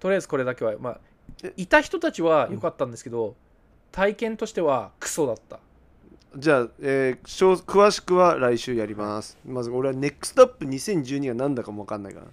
とりあえずこれだけは、まあ
え、
いた人たちは良かったんですけど、体験としてはクソだった。
じゃあ、えーしょう詳しくは来週やります。まず俺は NEXT UP 2012が何だかもわかんないから。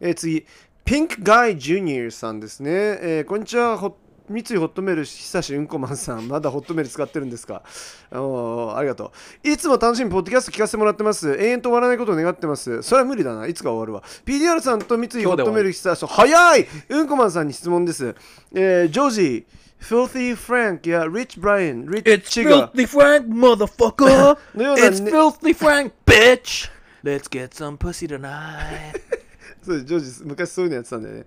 えー次、ピンクガイジュニアさんですね。えーこんにちは。ほ三井ホットメール久しうんこマンさん。まだホットメール使ってるんですかおーありがとう。いつも楽しみにポッドキャスト聞かせてもらってます。永遠と終わらないことを願ってます。それは無理だな。いつか終わるわ。PDR さんと三井ホットメール久し早いうんこマンさんに質問です。えージョージ、Filthy Frank や Rich Brian、Rich c h i g a
Frank, motherfucker!
のようなね
filthy Frank, bitch! Let's get some pussy tonight!
そうジョージ昔そういうのやってたんだよね、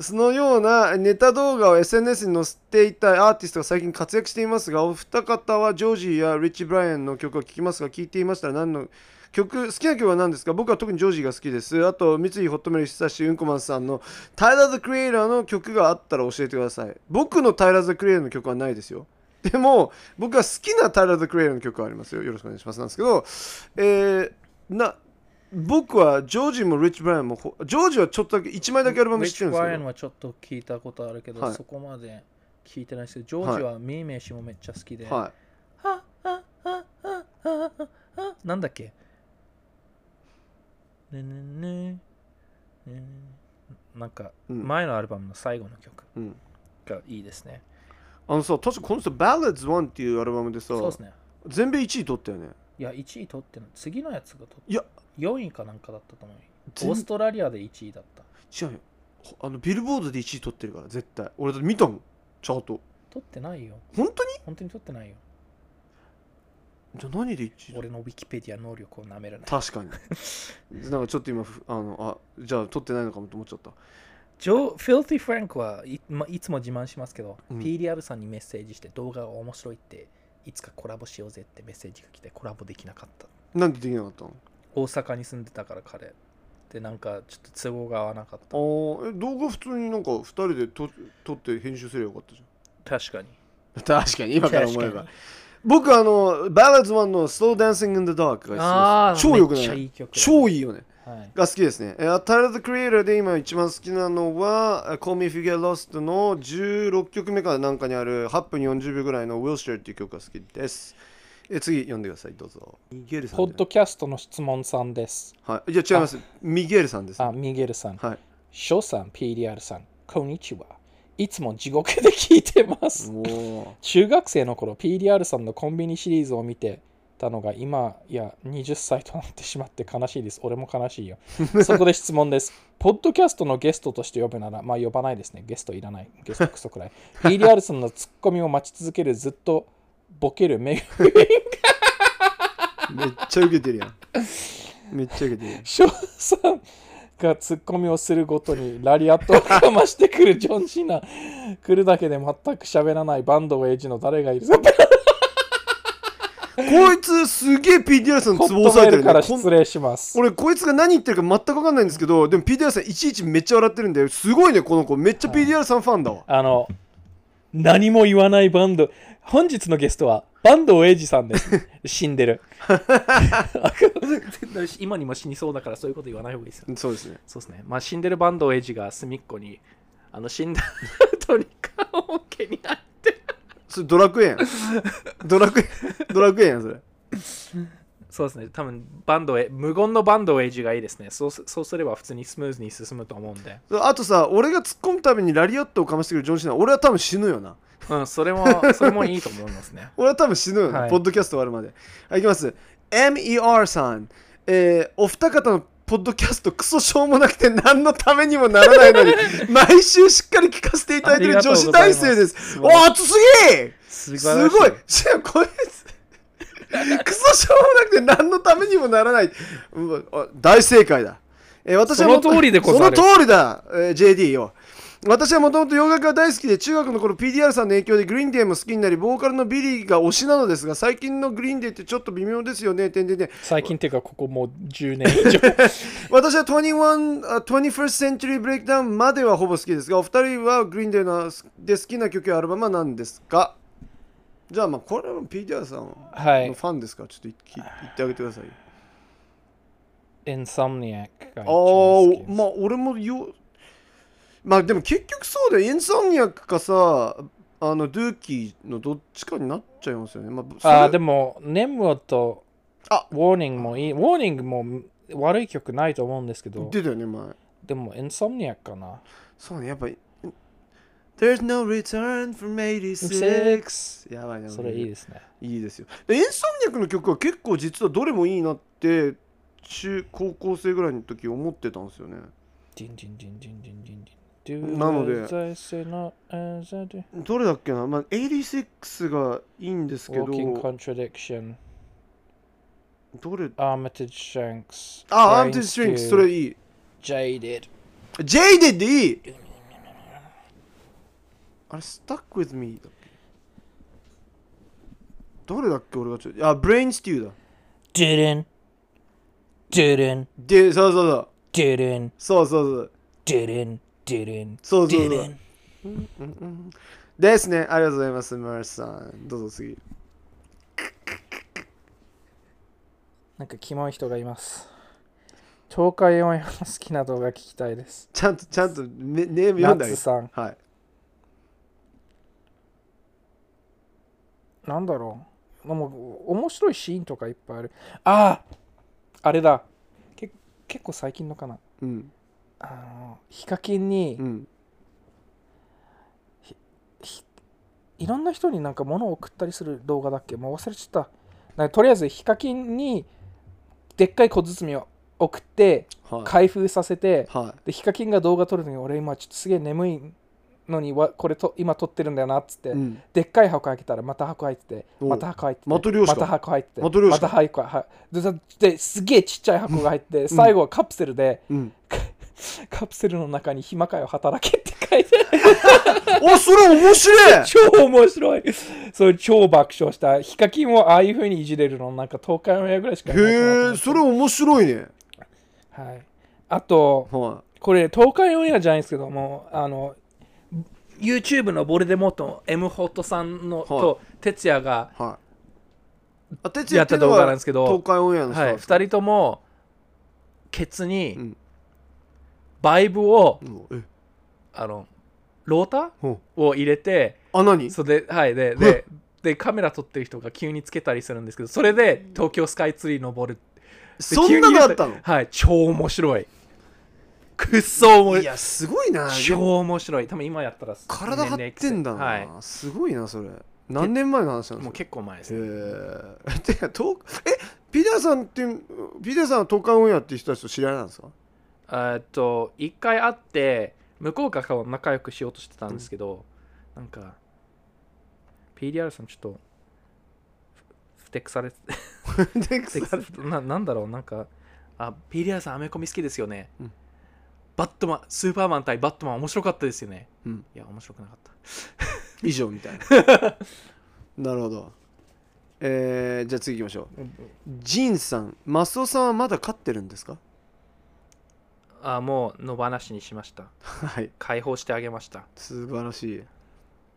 そのようなネタ動画を SNS に載せていたアーティストが最近活躍していますがお二方はジョージやリッチ・ブライアンの曲を聴きますが聴いていましたら何の曲好きな曲は何ですか僕は特にジョージが好きですあと三井ホットメール久しうんこまんさんの「タイラー・ザ・クリエイター」の曲があったら教えてください僕の「タイラー・ザ・クリエイター」の曲はないですよでも僕は好きなタイラー・ザ・クリエイターの曲はありますよよろしくお願いしますなんですけどえー、な僕はジョージもリッチ・ブライアンもほジョージはちょっとだけ1枚だけアルバム知ってるんですけ
Rich Brian
ど
はちょっと聞いたことあるけど、
はい
そこまで聞いてないですけど、ジョージはミーメイシもめっちゃ好きで、
はい
ははははははなんだっけねねねねねなんか
うん
前のアルバムの最後の曲
うん
がいいですね。
あのさ確かこの人「Ballads One」っていうアルバムでさ
そうですね。
全米1位取ったよね
いや、1位取ってない。次のやつが取って
いや
4位かなんかだったと思うよ。
全
オーストラリアで1位だった。
違うよほあのビルボードで1位取ってるから絶対俺だって見たもんチャート
取ってないよ。
本当に
本当に取ってないよ。
じゃあ何で1位
俺のウィキペディア能力をなめるな。
確かに なんかちょっと今ふあのあじゃあ取ってないのかもと思っちゃった
ジョー・フィルティ・フランクはい,、ま、いつも自慢しますけど、
うん
PDR さんにメッセージして動画が面白いって、いつかコラボしようぜってメッセージが来てコラボできなかった。
なんでできなかったの
大阪に住んでたから彼でなんかちょっと都合が合わなかっ
あーえ動画普通になんか2人でと撮って編集すればよかったじ
た確かに
ゃん 確かに今から思え
確
ば
かに
僕あの Ballads One の Slow Dancing in the Dark
あ
が
あ
好きです超よく
めっち
な
ゃ
い
いい曲だ
超いいよね
はい
が好きですね。えー、タイラーズ・クリエイターで今一番好きなのは、えー Call Me If You Get Lost の16曲目かなんかにある8分40秒ぐらいの Wilshire っていう曲が好きです。えー次読んでください、どうぞ。ミゲルさん
ポ
で
ッドキャストの質問さんです
はい。いや、違います。ミゲルさんです。
あ
は
ミゲルさん
い。
ショウさん PDR さんこんにちはいつも地獄で聞いてます
おー
中学生の頃 PDR さんのコンビニシリーズを見てたのが今や20歳となってしまって悲しいです俺も悲し いよそこで質問ですポッドキャストのゲストとして呼ぶならまあ呼ばないですねゲストいらないゲストクソくらい PDR さんのツッコミを待ち続けるずっとボケるメグ
めっちゃ受けてるやん。 めっちゃ受けてるやん。
翔さんがツッコミをするごとにラリアットをかましてくるジョン・シーナ来るだけで全く喋らないバンドウエイジの誰がいる
こいつすげえ PDR さんの
ホッ
ツ
ト
ボ押さ
メ
えて
ール
る
か
ね
ら
こん
失礼します
俺こいつが何言ってるか全く分かんないんですけどでも PDR さんいちいちめっちゃ笑ってるんだよすごいねこの子めっちゃ PDR さんファンだわ、
あの、何も言わないバンド。本日のゲストは、バンドエイジさん です。死んでる。今にも死にそうだから、そういうこと言わない方がいいですよ。
そうですね
そうですね。まあ、死んでるバンドエイジが隅っこに、あの、死んだ 後に顔を毛になって。
それドラクエやん。ドラクエ、ドラクエやん、それ。
そうですね。多分、バンドエ、無言のバンドエイジがいいですね。そうすそうすれば普通にスムーズに進むと思うんで。
あとさ、俺が突っ込むためにラリアットをかましてくるジョン・シナ、俺は多分死ぬよな。
うん、それも、それもいいと思いますね。
俺は多分死ぬよな、
はい
ポッドキャスト終わるまで。はい、いきます。 MER さん、えーお二方のポッドキャストクソしょうもなくて何のためにもならないの に毎週しっかり聞かせていただいている女子大生です
す
お熱すげえ
す
すごいしかもこいつ クソしょうもなくて何のためにもならないうわあ大正解だ、えー私はもと
その通りでござる
その通りだ、えー JD よ私はもともと洋楽が大好きで中学の頃 PDR さんの影響でグリーンデーも好きになりボーカルのビリーが推しなのですが最近のグリーンデーってちょっと微妙ですよね点々点
最近っていうかここもう10年 以上
私は21あ 21st Century Breakdown まではほぼ好きですがお二人はグリーンデーので好きな曲やアルバムは何ですかじゃあまあこれも PDR さんは
は
のフ
い
ァンですかちょっといき言ってあげてくださいよ。
インサムニアックが一
あ
番
あ
好きで
ー、
す
まあ俺もよ。まあでも結局そうだよ。インソンニアックかさ、あの、ドゥーキーのどっちかになっちゃいますよね。まあ、それ
あーでも、ネムロと
あ
ウォーニングもいい。ウォーニングも悪い曲ないと思うんですけ
言っ
ど、
てたよね、前。
でも、インソムニアックかな。
そうね、やっぱり。There's no return from 86! やばいな、
それいいですね。
いいですよ。で、インソンニアックの曲は結構実はどれもいいなって、中高校生ぐらいの時思ってたんですよね。
ディンディンディンディンディンディンディン。
なので
Do as I say, not as I do.
どれだっけな、まあ、86がいいんですけど。
Walking Contradiction,
どれ
Armitage Shanks,
あ、アー
Brains
ムティス・シリンクス、
to
それいい。
Jaded.
ジェイデッでいいあれ、スタック・ウィズ・ミーだっけどれだっけ俺がちょっと。あ、ブレイン・ステューだ。
Didn't, didn't,
で、そうそう
didn't,
そう。そうそう
didn't, didn't,
そう。そうそうそう
didn't.。
うんうんですね。ありがとうございます、マースさん。どうぞ次。
なんかキモい人がいます。東海オンエアの好きな動画聞きたいです。
ちゃんと、ちゃんと、ね、ネーム読んだ
夏
り。
さん、
はい。
なんだろう。でも面白いシーンとかいっぱいある。あああれだけ。結構最近のかな。
うん。
あの、ヒカキンに、
うん。
ひいろんな人になんか物を送ったりする動画だっけもう忘れちゃった。なんかとりあえずヒカキンにでっかい小包みを送って
はい。
開封させて、
は
でヒカキンが動画撮るのに俺今ちょっとすげえ眠いのにわこれと今撮ってるんだよなっつって、
い。うん。
でっかい箱開けたらまた箱開いてて
おう
また箱開いてて
マトリョーシカ
また箱入ってて
マトリョーシカ
また箱入ってででですげえちっちゃい箱が入って、最後はカプセルで
うん。
カプセルの中に「暇かよ働け」って書いて
お、それ面白い
超面白いそれ超爆笑したヒカキンをああいう風にいじれるのなんか東海オンエアぐらいしかいないか
へ
なと思
え、
って
それ面白いね。
はい、あと
は
これ東海オンエアじゃないんですけどもあの YouTube のボルデモートの M ホットさんの、と哲也が、
い。はい。あ、哲
やった動画なんですけど
東海オンエアの人
は、
ないんですか
2人ともケツに、
うん
バイブを
うんえ
あのロータ
ほう
を入れて
穴に
それで,、はい、でででカメラ撮ってる人が急につけたりするんですけどそれで東京スカイツリー登るで
そんなのあった
急に
の
言はい超面白いくっそ面白
いやすごいな
超面白い多分今やったら
体張ってんだな、
はい、
すごいなそれ何年前の話なん
もう
ですか
結構前です
へ
ね
え てか東えピザさんっていうピザさんは東海オンエアっていう人たちと知り合いなん ですか
えーっと一回会って向こうから仲良くしようとしてたんですけど、なんか PDR さんちょっとふふてくされて
で
ふてくされてななんだろうなんかあ PDR さんアメコミ好きですよね、
うん
バットマンスーパーマン対バットマン面白かったですよね
うん
いや面白くなかった
以上みたい ななるほどえー、じゃあ次行きましょうジンさんマスオさんはまだ飼ってるんですか
あもう野放しにしました
はい
解放してあげました
素晴らしい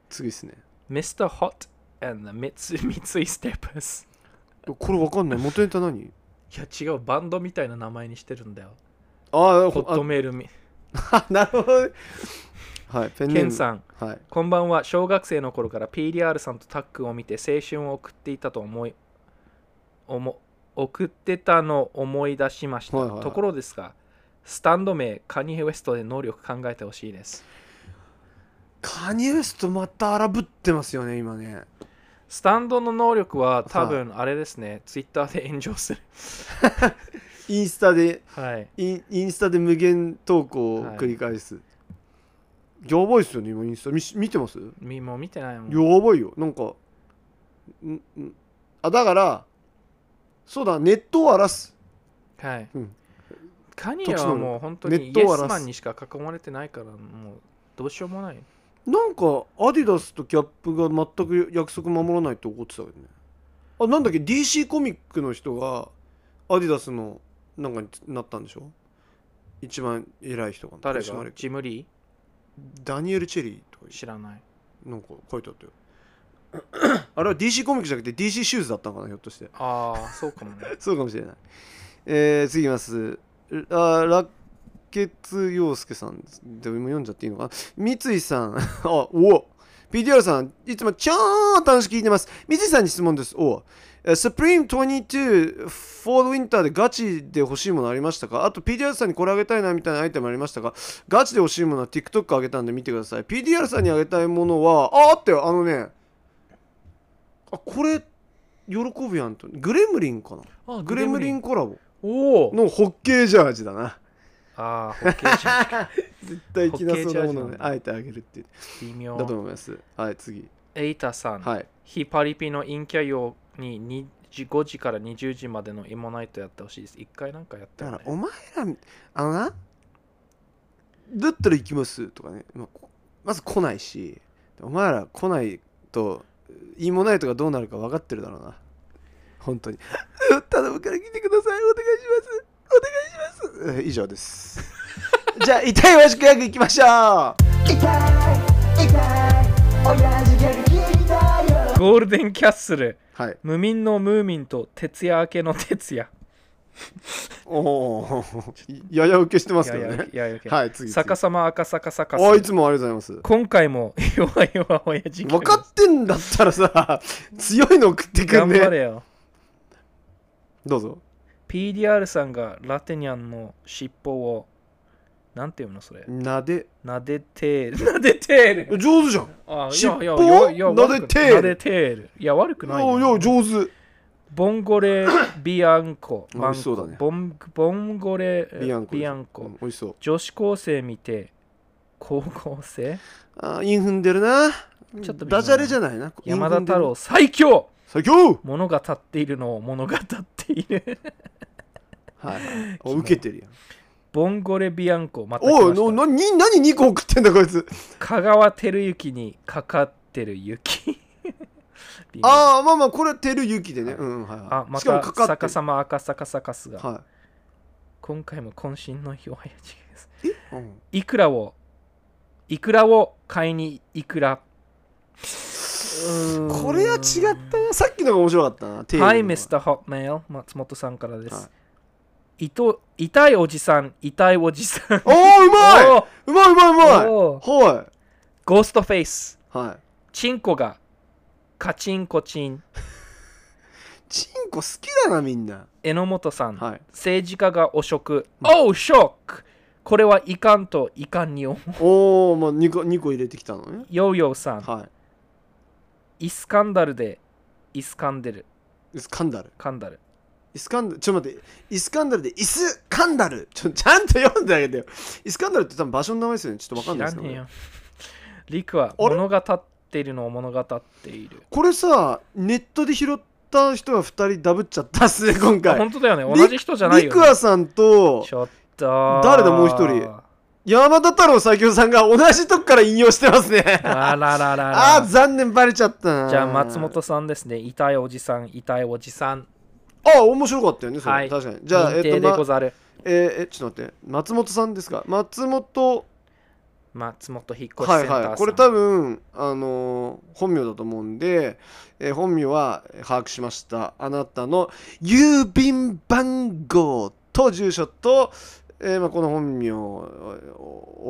次ですね
Mr. Hot and the Mitsui, Mitsui Steppers
これわかんない元ネタ何
いや違うバンドみたいな名前にしてるんだよ
あー
ホ
ほ
ットメールみ
あ なるほどねはいペンネ
ケ
ー
ン
ム
さん
はい
こんばんは小学生の頃から PDR さんとタックを見て青春を送っていたと思い思送ってたのを思い出しました、
はいはいはい
ところですがスタンド名カニエ・ウェストで能力考えてほしいです
カニエ・ウェストまた荒ぶってますよね今ね
スタンドの能力は多分あれですね、ツイッターで炎上する。
インスタで
はい。
インインスタで無限投稿を繰り返す、やばいっすよね今インスタ見し見てますや
みもう見てないもん。
ばいよなんかんんあだからそうだネットを荒らす
はい。
うん
カニエはもう本当
ネ
に
ッ
イ
ト
エ
を荒
ス
らす
マンにしか囲まれてないから、もうどうしようもない。
なんかアディダスとキャップが全く約束守らないって怒ってたけどねあなんだっけ DC コミックの人がアディダスのなんかになったんでしょ一番偉い人が
誰
取締
が
役
ジムリ
ダニエル・チェリーとか
ー知らない。
なんか書いてあったよ あれは DC コミックじゃなくて DC シューズだったのかなひょっとして
ああ、そうかもね。
そうかもしれないえー、次いきますあラケツ陽介さんでも読んじゃっていいのかな三井さん あお PTR さんいつもちゃーんと話聞いてます三井さんに質問ですおえー Supreme22 フォールウィンターでガチで欲しいものありましたかあと PTR さんにこれあげたいなみたいなアイテムありましたかガチで欲しいものは TikTok あげたんで見てください PTR さんにあげたいものはああったよあのねあこれ喜ぶやんとグレムリンかな
あ
グレムリン。コラボ
おお。
のホッケージャージだな
ああ、ホッケーじゃん。
絶対着なそうなもの
ホッケージャージな
を
ん
ね
だ
あえてあげるっていう
微
だと
妙。
思いますはい次
エイタさん。
はい
ヒパリピの陰キャ用に2時5時から20時までのイモナイトやってほしいです。一回なんかやった
だ
よ、
か
ね
ら。お前らあのなだったら行きますとかねまあこまず来ないしお前ら来ないといいもないとかどうなるか分かってるだろうな本当に 頼むから来てくださいお願いしますお願いしますえ以上です じゃあ痛いわしくやく行きましょう
痛い痛い親父ギャグ聞いたよ
ゴールデンキャッスル。
はい
無眠のムーミンと徹夜明けの徹夜。
おお やや受けしてますけどね
いやいやいや、
はい次次
逆さま赤坂逆さ
あいつもありがとうございます
今回も弱々親父
分かってんだったらさ強いの送ってくん
頑張
ね
れよ。
どうぞ
PDR さんがラテニャンの尻尾を、なんていうのそれ。
なで
なでてーる。なでてーる。
上手じゃん
あ
尻尾を
いやいやいや悪く
撫でてーる
撫でてーる。いや、悪くないよ。
いやいや上手
ボン ゴレビアンコ。
美
マン
味しそうだ
コ
ね
ボンボンゴレ
ビアンコ
ビアンコ
うん美味しそう
女子高生見て、高校生
あーインフンでるな
ちょっと微妙
ダジャレじゃないな
山
イ
田
ンフンで
太
る
郎最強
最強
物が立っているのを物語っている
はいはいあ受けてるやん
ボンゴレビアンコまた来
お
ま
い
した
な何何2個送ってんだこいつ
香川照之にかかってる雪微妙
ああまあまあこれはてるゆきでねうんうんはいはい
あま
しかも
た
かかって
逆
る
さま赤坂サカスが
は
今回も渾身の表現です
いえうん
いくらをいくらを買いにいくら
これは違ったなさっきのが面白かったなてるゆきの
は、
はい
Mr. Hotmail 松本さんからです、、
はい
と痛いおじさん痛いおじさん
おおうまい
おー
うまいうまいうまい
おー
は
ゴーストフェイス
いはい
チンコがカチンコチン
チンコ好きだなみんな
榎本さん、
はい
政治家が汚職、おうショックこれはいかんといかんに思う
おおまあ2個2個入れてきたのね
ヨーヨーさん
は
イスカンダルでイスカンデル
いイスカンダル
カンダル
イスカンダルちょっと待ってイスカンダルでイスカンダルちょちゃんと読んであげてよイスカンダルって多分場所の名前ですよねちょっとわかんないです
知
け
らねえ
ど
よリクは物が立っているのを物語っている
これさネットで拾った人が2人ダブっちゃったっす ね今
あ
回
本当だよね同じ人じゃない
リ
よ、
ク
ね、
アさんと
ちょっと
誰だもう一人山田太郎最強さんが同じとこから引用してますね
あらららら
あー残念バレちゃったな
じゃあ松本さんですね痛いおじさん痛いおじさん
あ面白かったよねそれ、
はい
確かにじゃあえ
認
っ
定
と、
で
ま
ござる、
えーえちょっと待って松本さんですか松本
松本引っ越
は
しセン
い
ターさん、
はいこれ多分あのー本名だと思うんで、えー本名はえー把握しましたあなたの郵便番号と住所と、えーまあ、この本名をお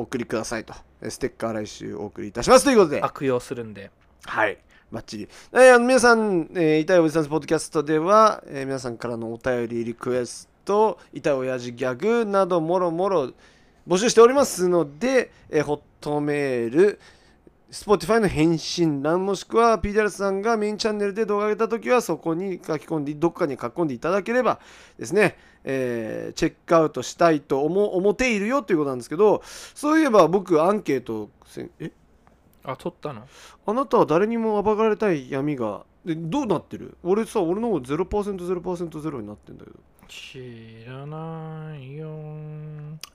お送りくださいとえーステッカー来週お送りいたしますということで
悪用するんで
はい。バッチリ。えーあの皆さん、えー、痛いおじさんズポッドキャストでは、えー皆さんからのお便り、リクエスト、痛いおやじギャグなど、もろもろ募集しておりますので、えーホットメール、 Spotify の返信欄もしくは PDR さんがメインチャンネルで動画を上げた時はそこに書き込んでどっかに書き込んでいただければですね、えーチェックアウトしたいと思思っているよということなんですけどそういえば僕アンケートせんえ
あ取ったの
あなたは誰にも暴かれたい闇がでどうなってる俺さ俺の方 0%0%0 になってんだけど
知らないよ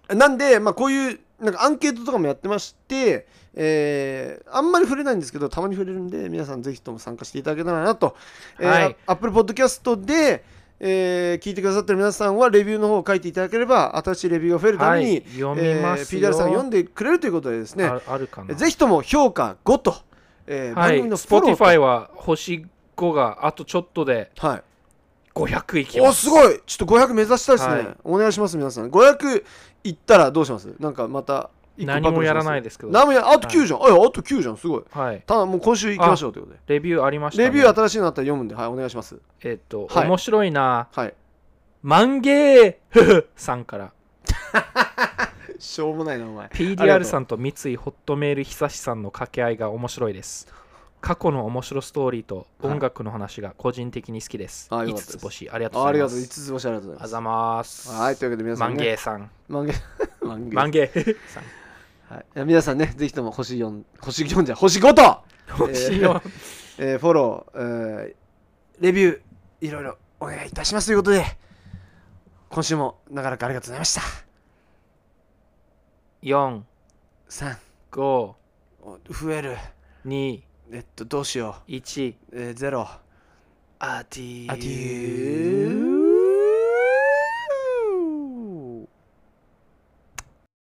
なんで、まあ、こういうなんかアンケートとかもやってまして、えーあんまり触れないんですけどたまに触れるんで皆さんぜひとも参加していただけたらなと、えー
はい
アップルポッドキャストで、えー聞いてくださってる皆さんはレビューの方を書いていただければ新しいレビューが増えるた
は
めに、
い読みます
えー
よ、
PDR さん読んでくれるということでですね
ああるかな
ぜひとも評価5と、えー
は
番
い
組のフォローと
Spotify は星5があとちょっとで
はい
500いきま
お
す
すごいちょっと500目指したいですね、
はい
お願いします皆さん500いったらどうしますなんかまた一個
何もやら
暴露します
ないですけど
何もやあと9じゃん、あいやあと9じゃんすごい
はい
ただもう今週行きましょうということ
レビューありました、
で
ね、
レビュー新しいのあったら読むんではいお願いします
えっ、と、
はい
面白いな
はい
マンゲー さんから
しょうもないなお前
PDR さんと三井ホットメール久志さんの掛け合いが面白いです過去の面白ストーリーと音楽の話が個人的に好きです、
はいあ
5
よかったです
つ星ありがとう
あ
ご
あ
ざ
り
い
が
ま
とう5
す
つ星ありがとうご
あ
ざい
ざ
ま
ます
すはいというわけで皆
う
さ
マ
ん
ン
ね
ゲ ーさん
マンゲマンゲ
マンゲーさん
はいいや皆さんねぜひとも星4星4じゃ星5と、
星4
えーフォロー、えーレビューいろいろお願いいたしますということで今週も長らくありがとうございました
4
3
5
お増える
2
えっとどうしよ
1
う、えー、0
アデュ
アデュー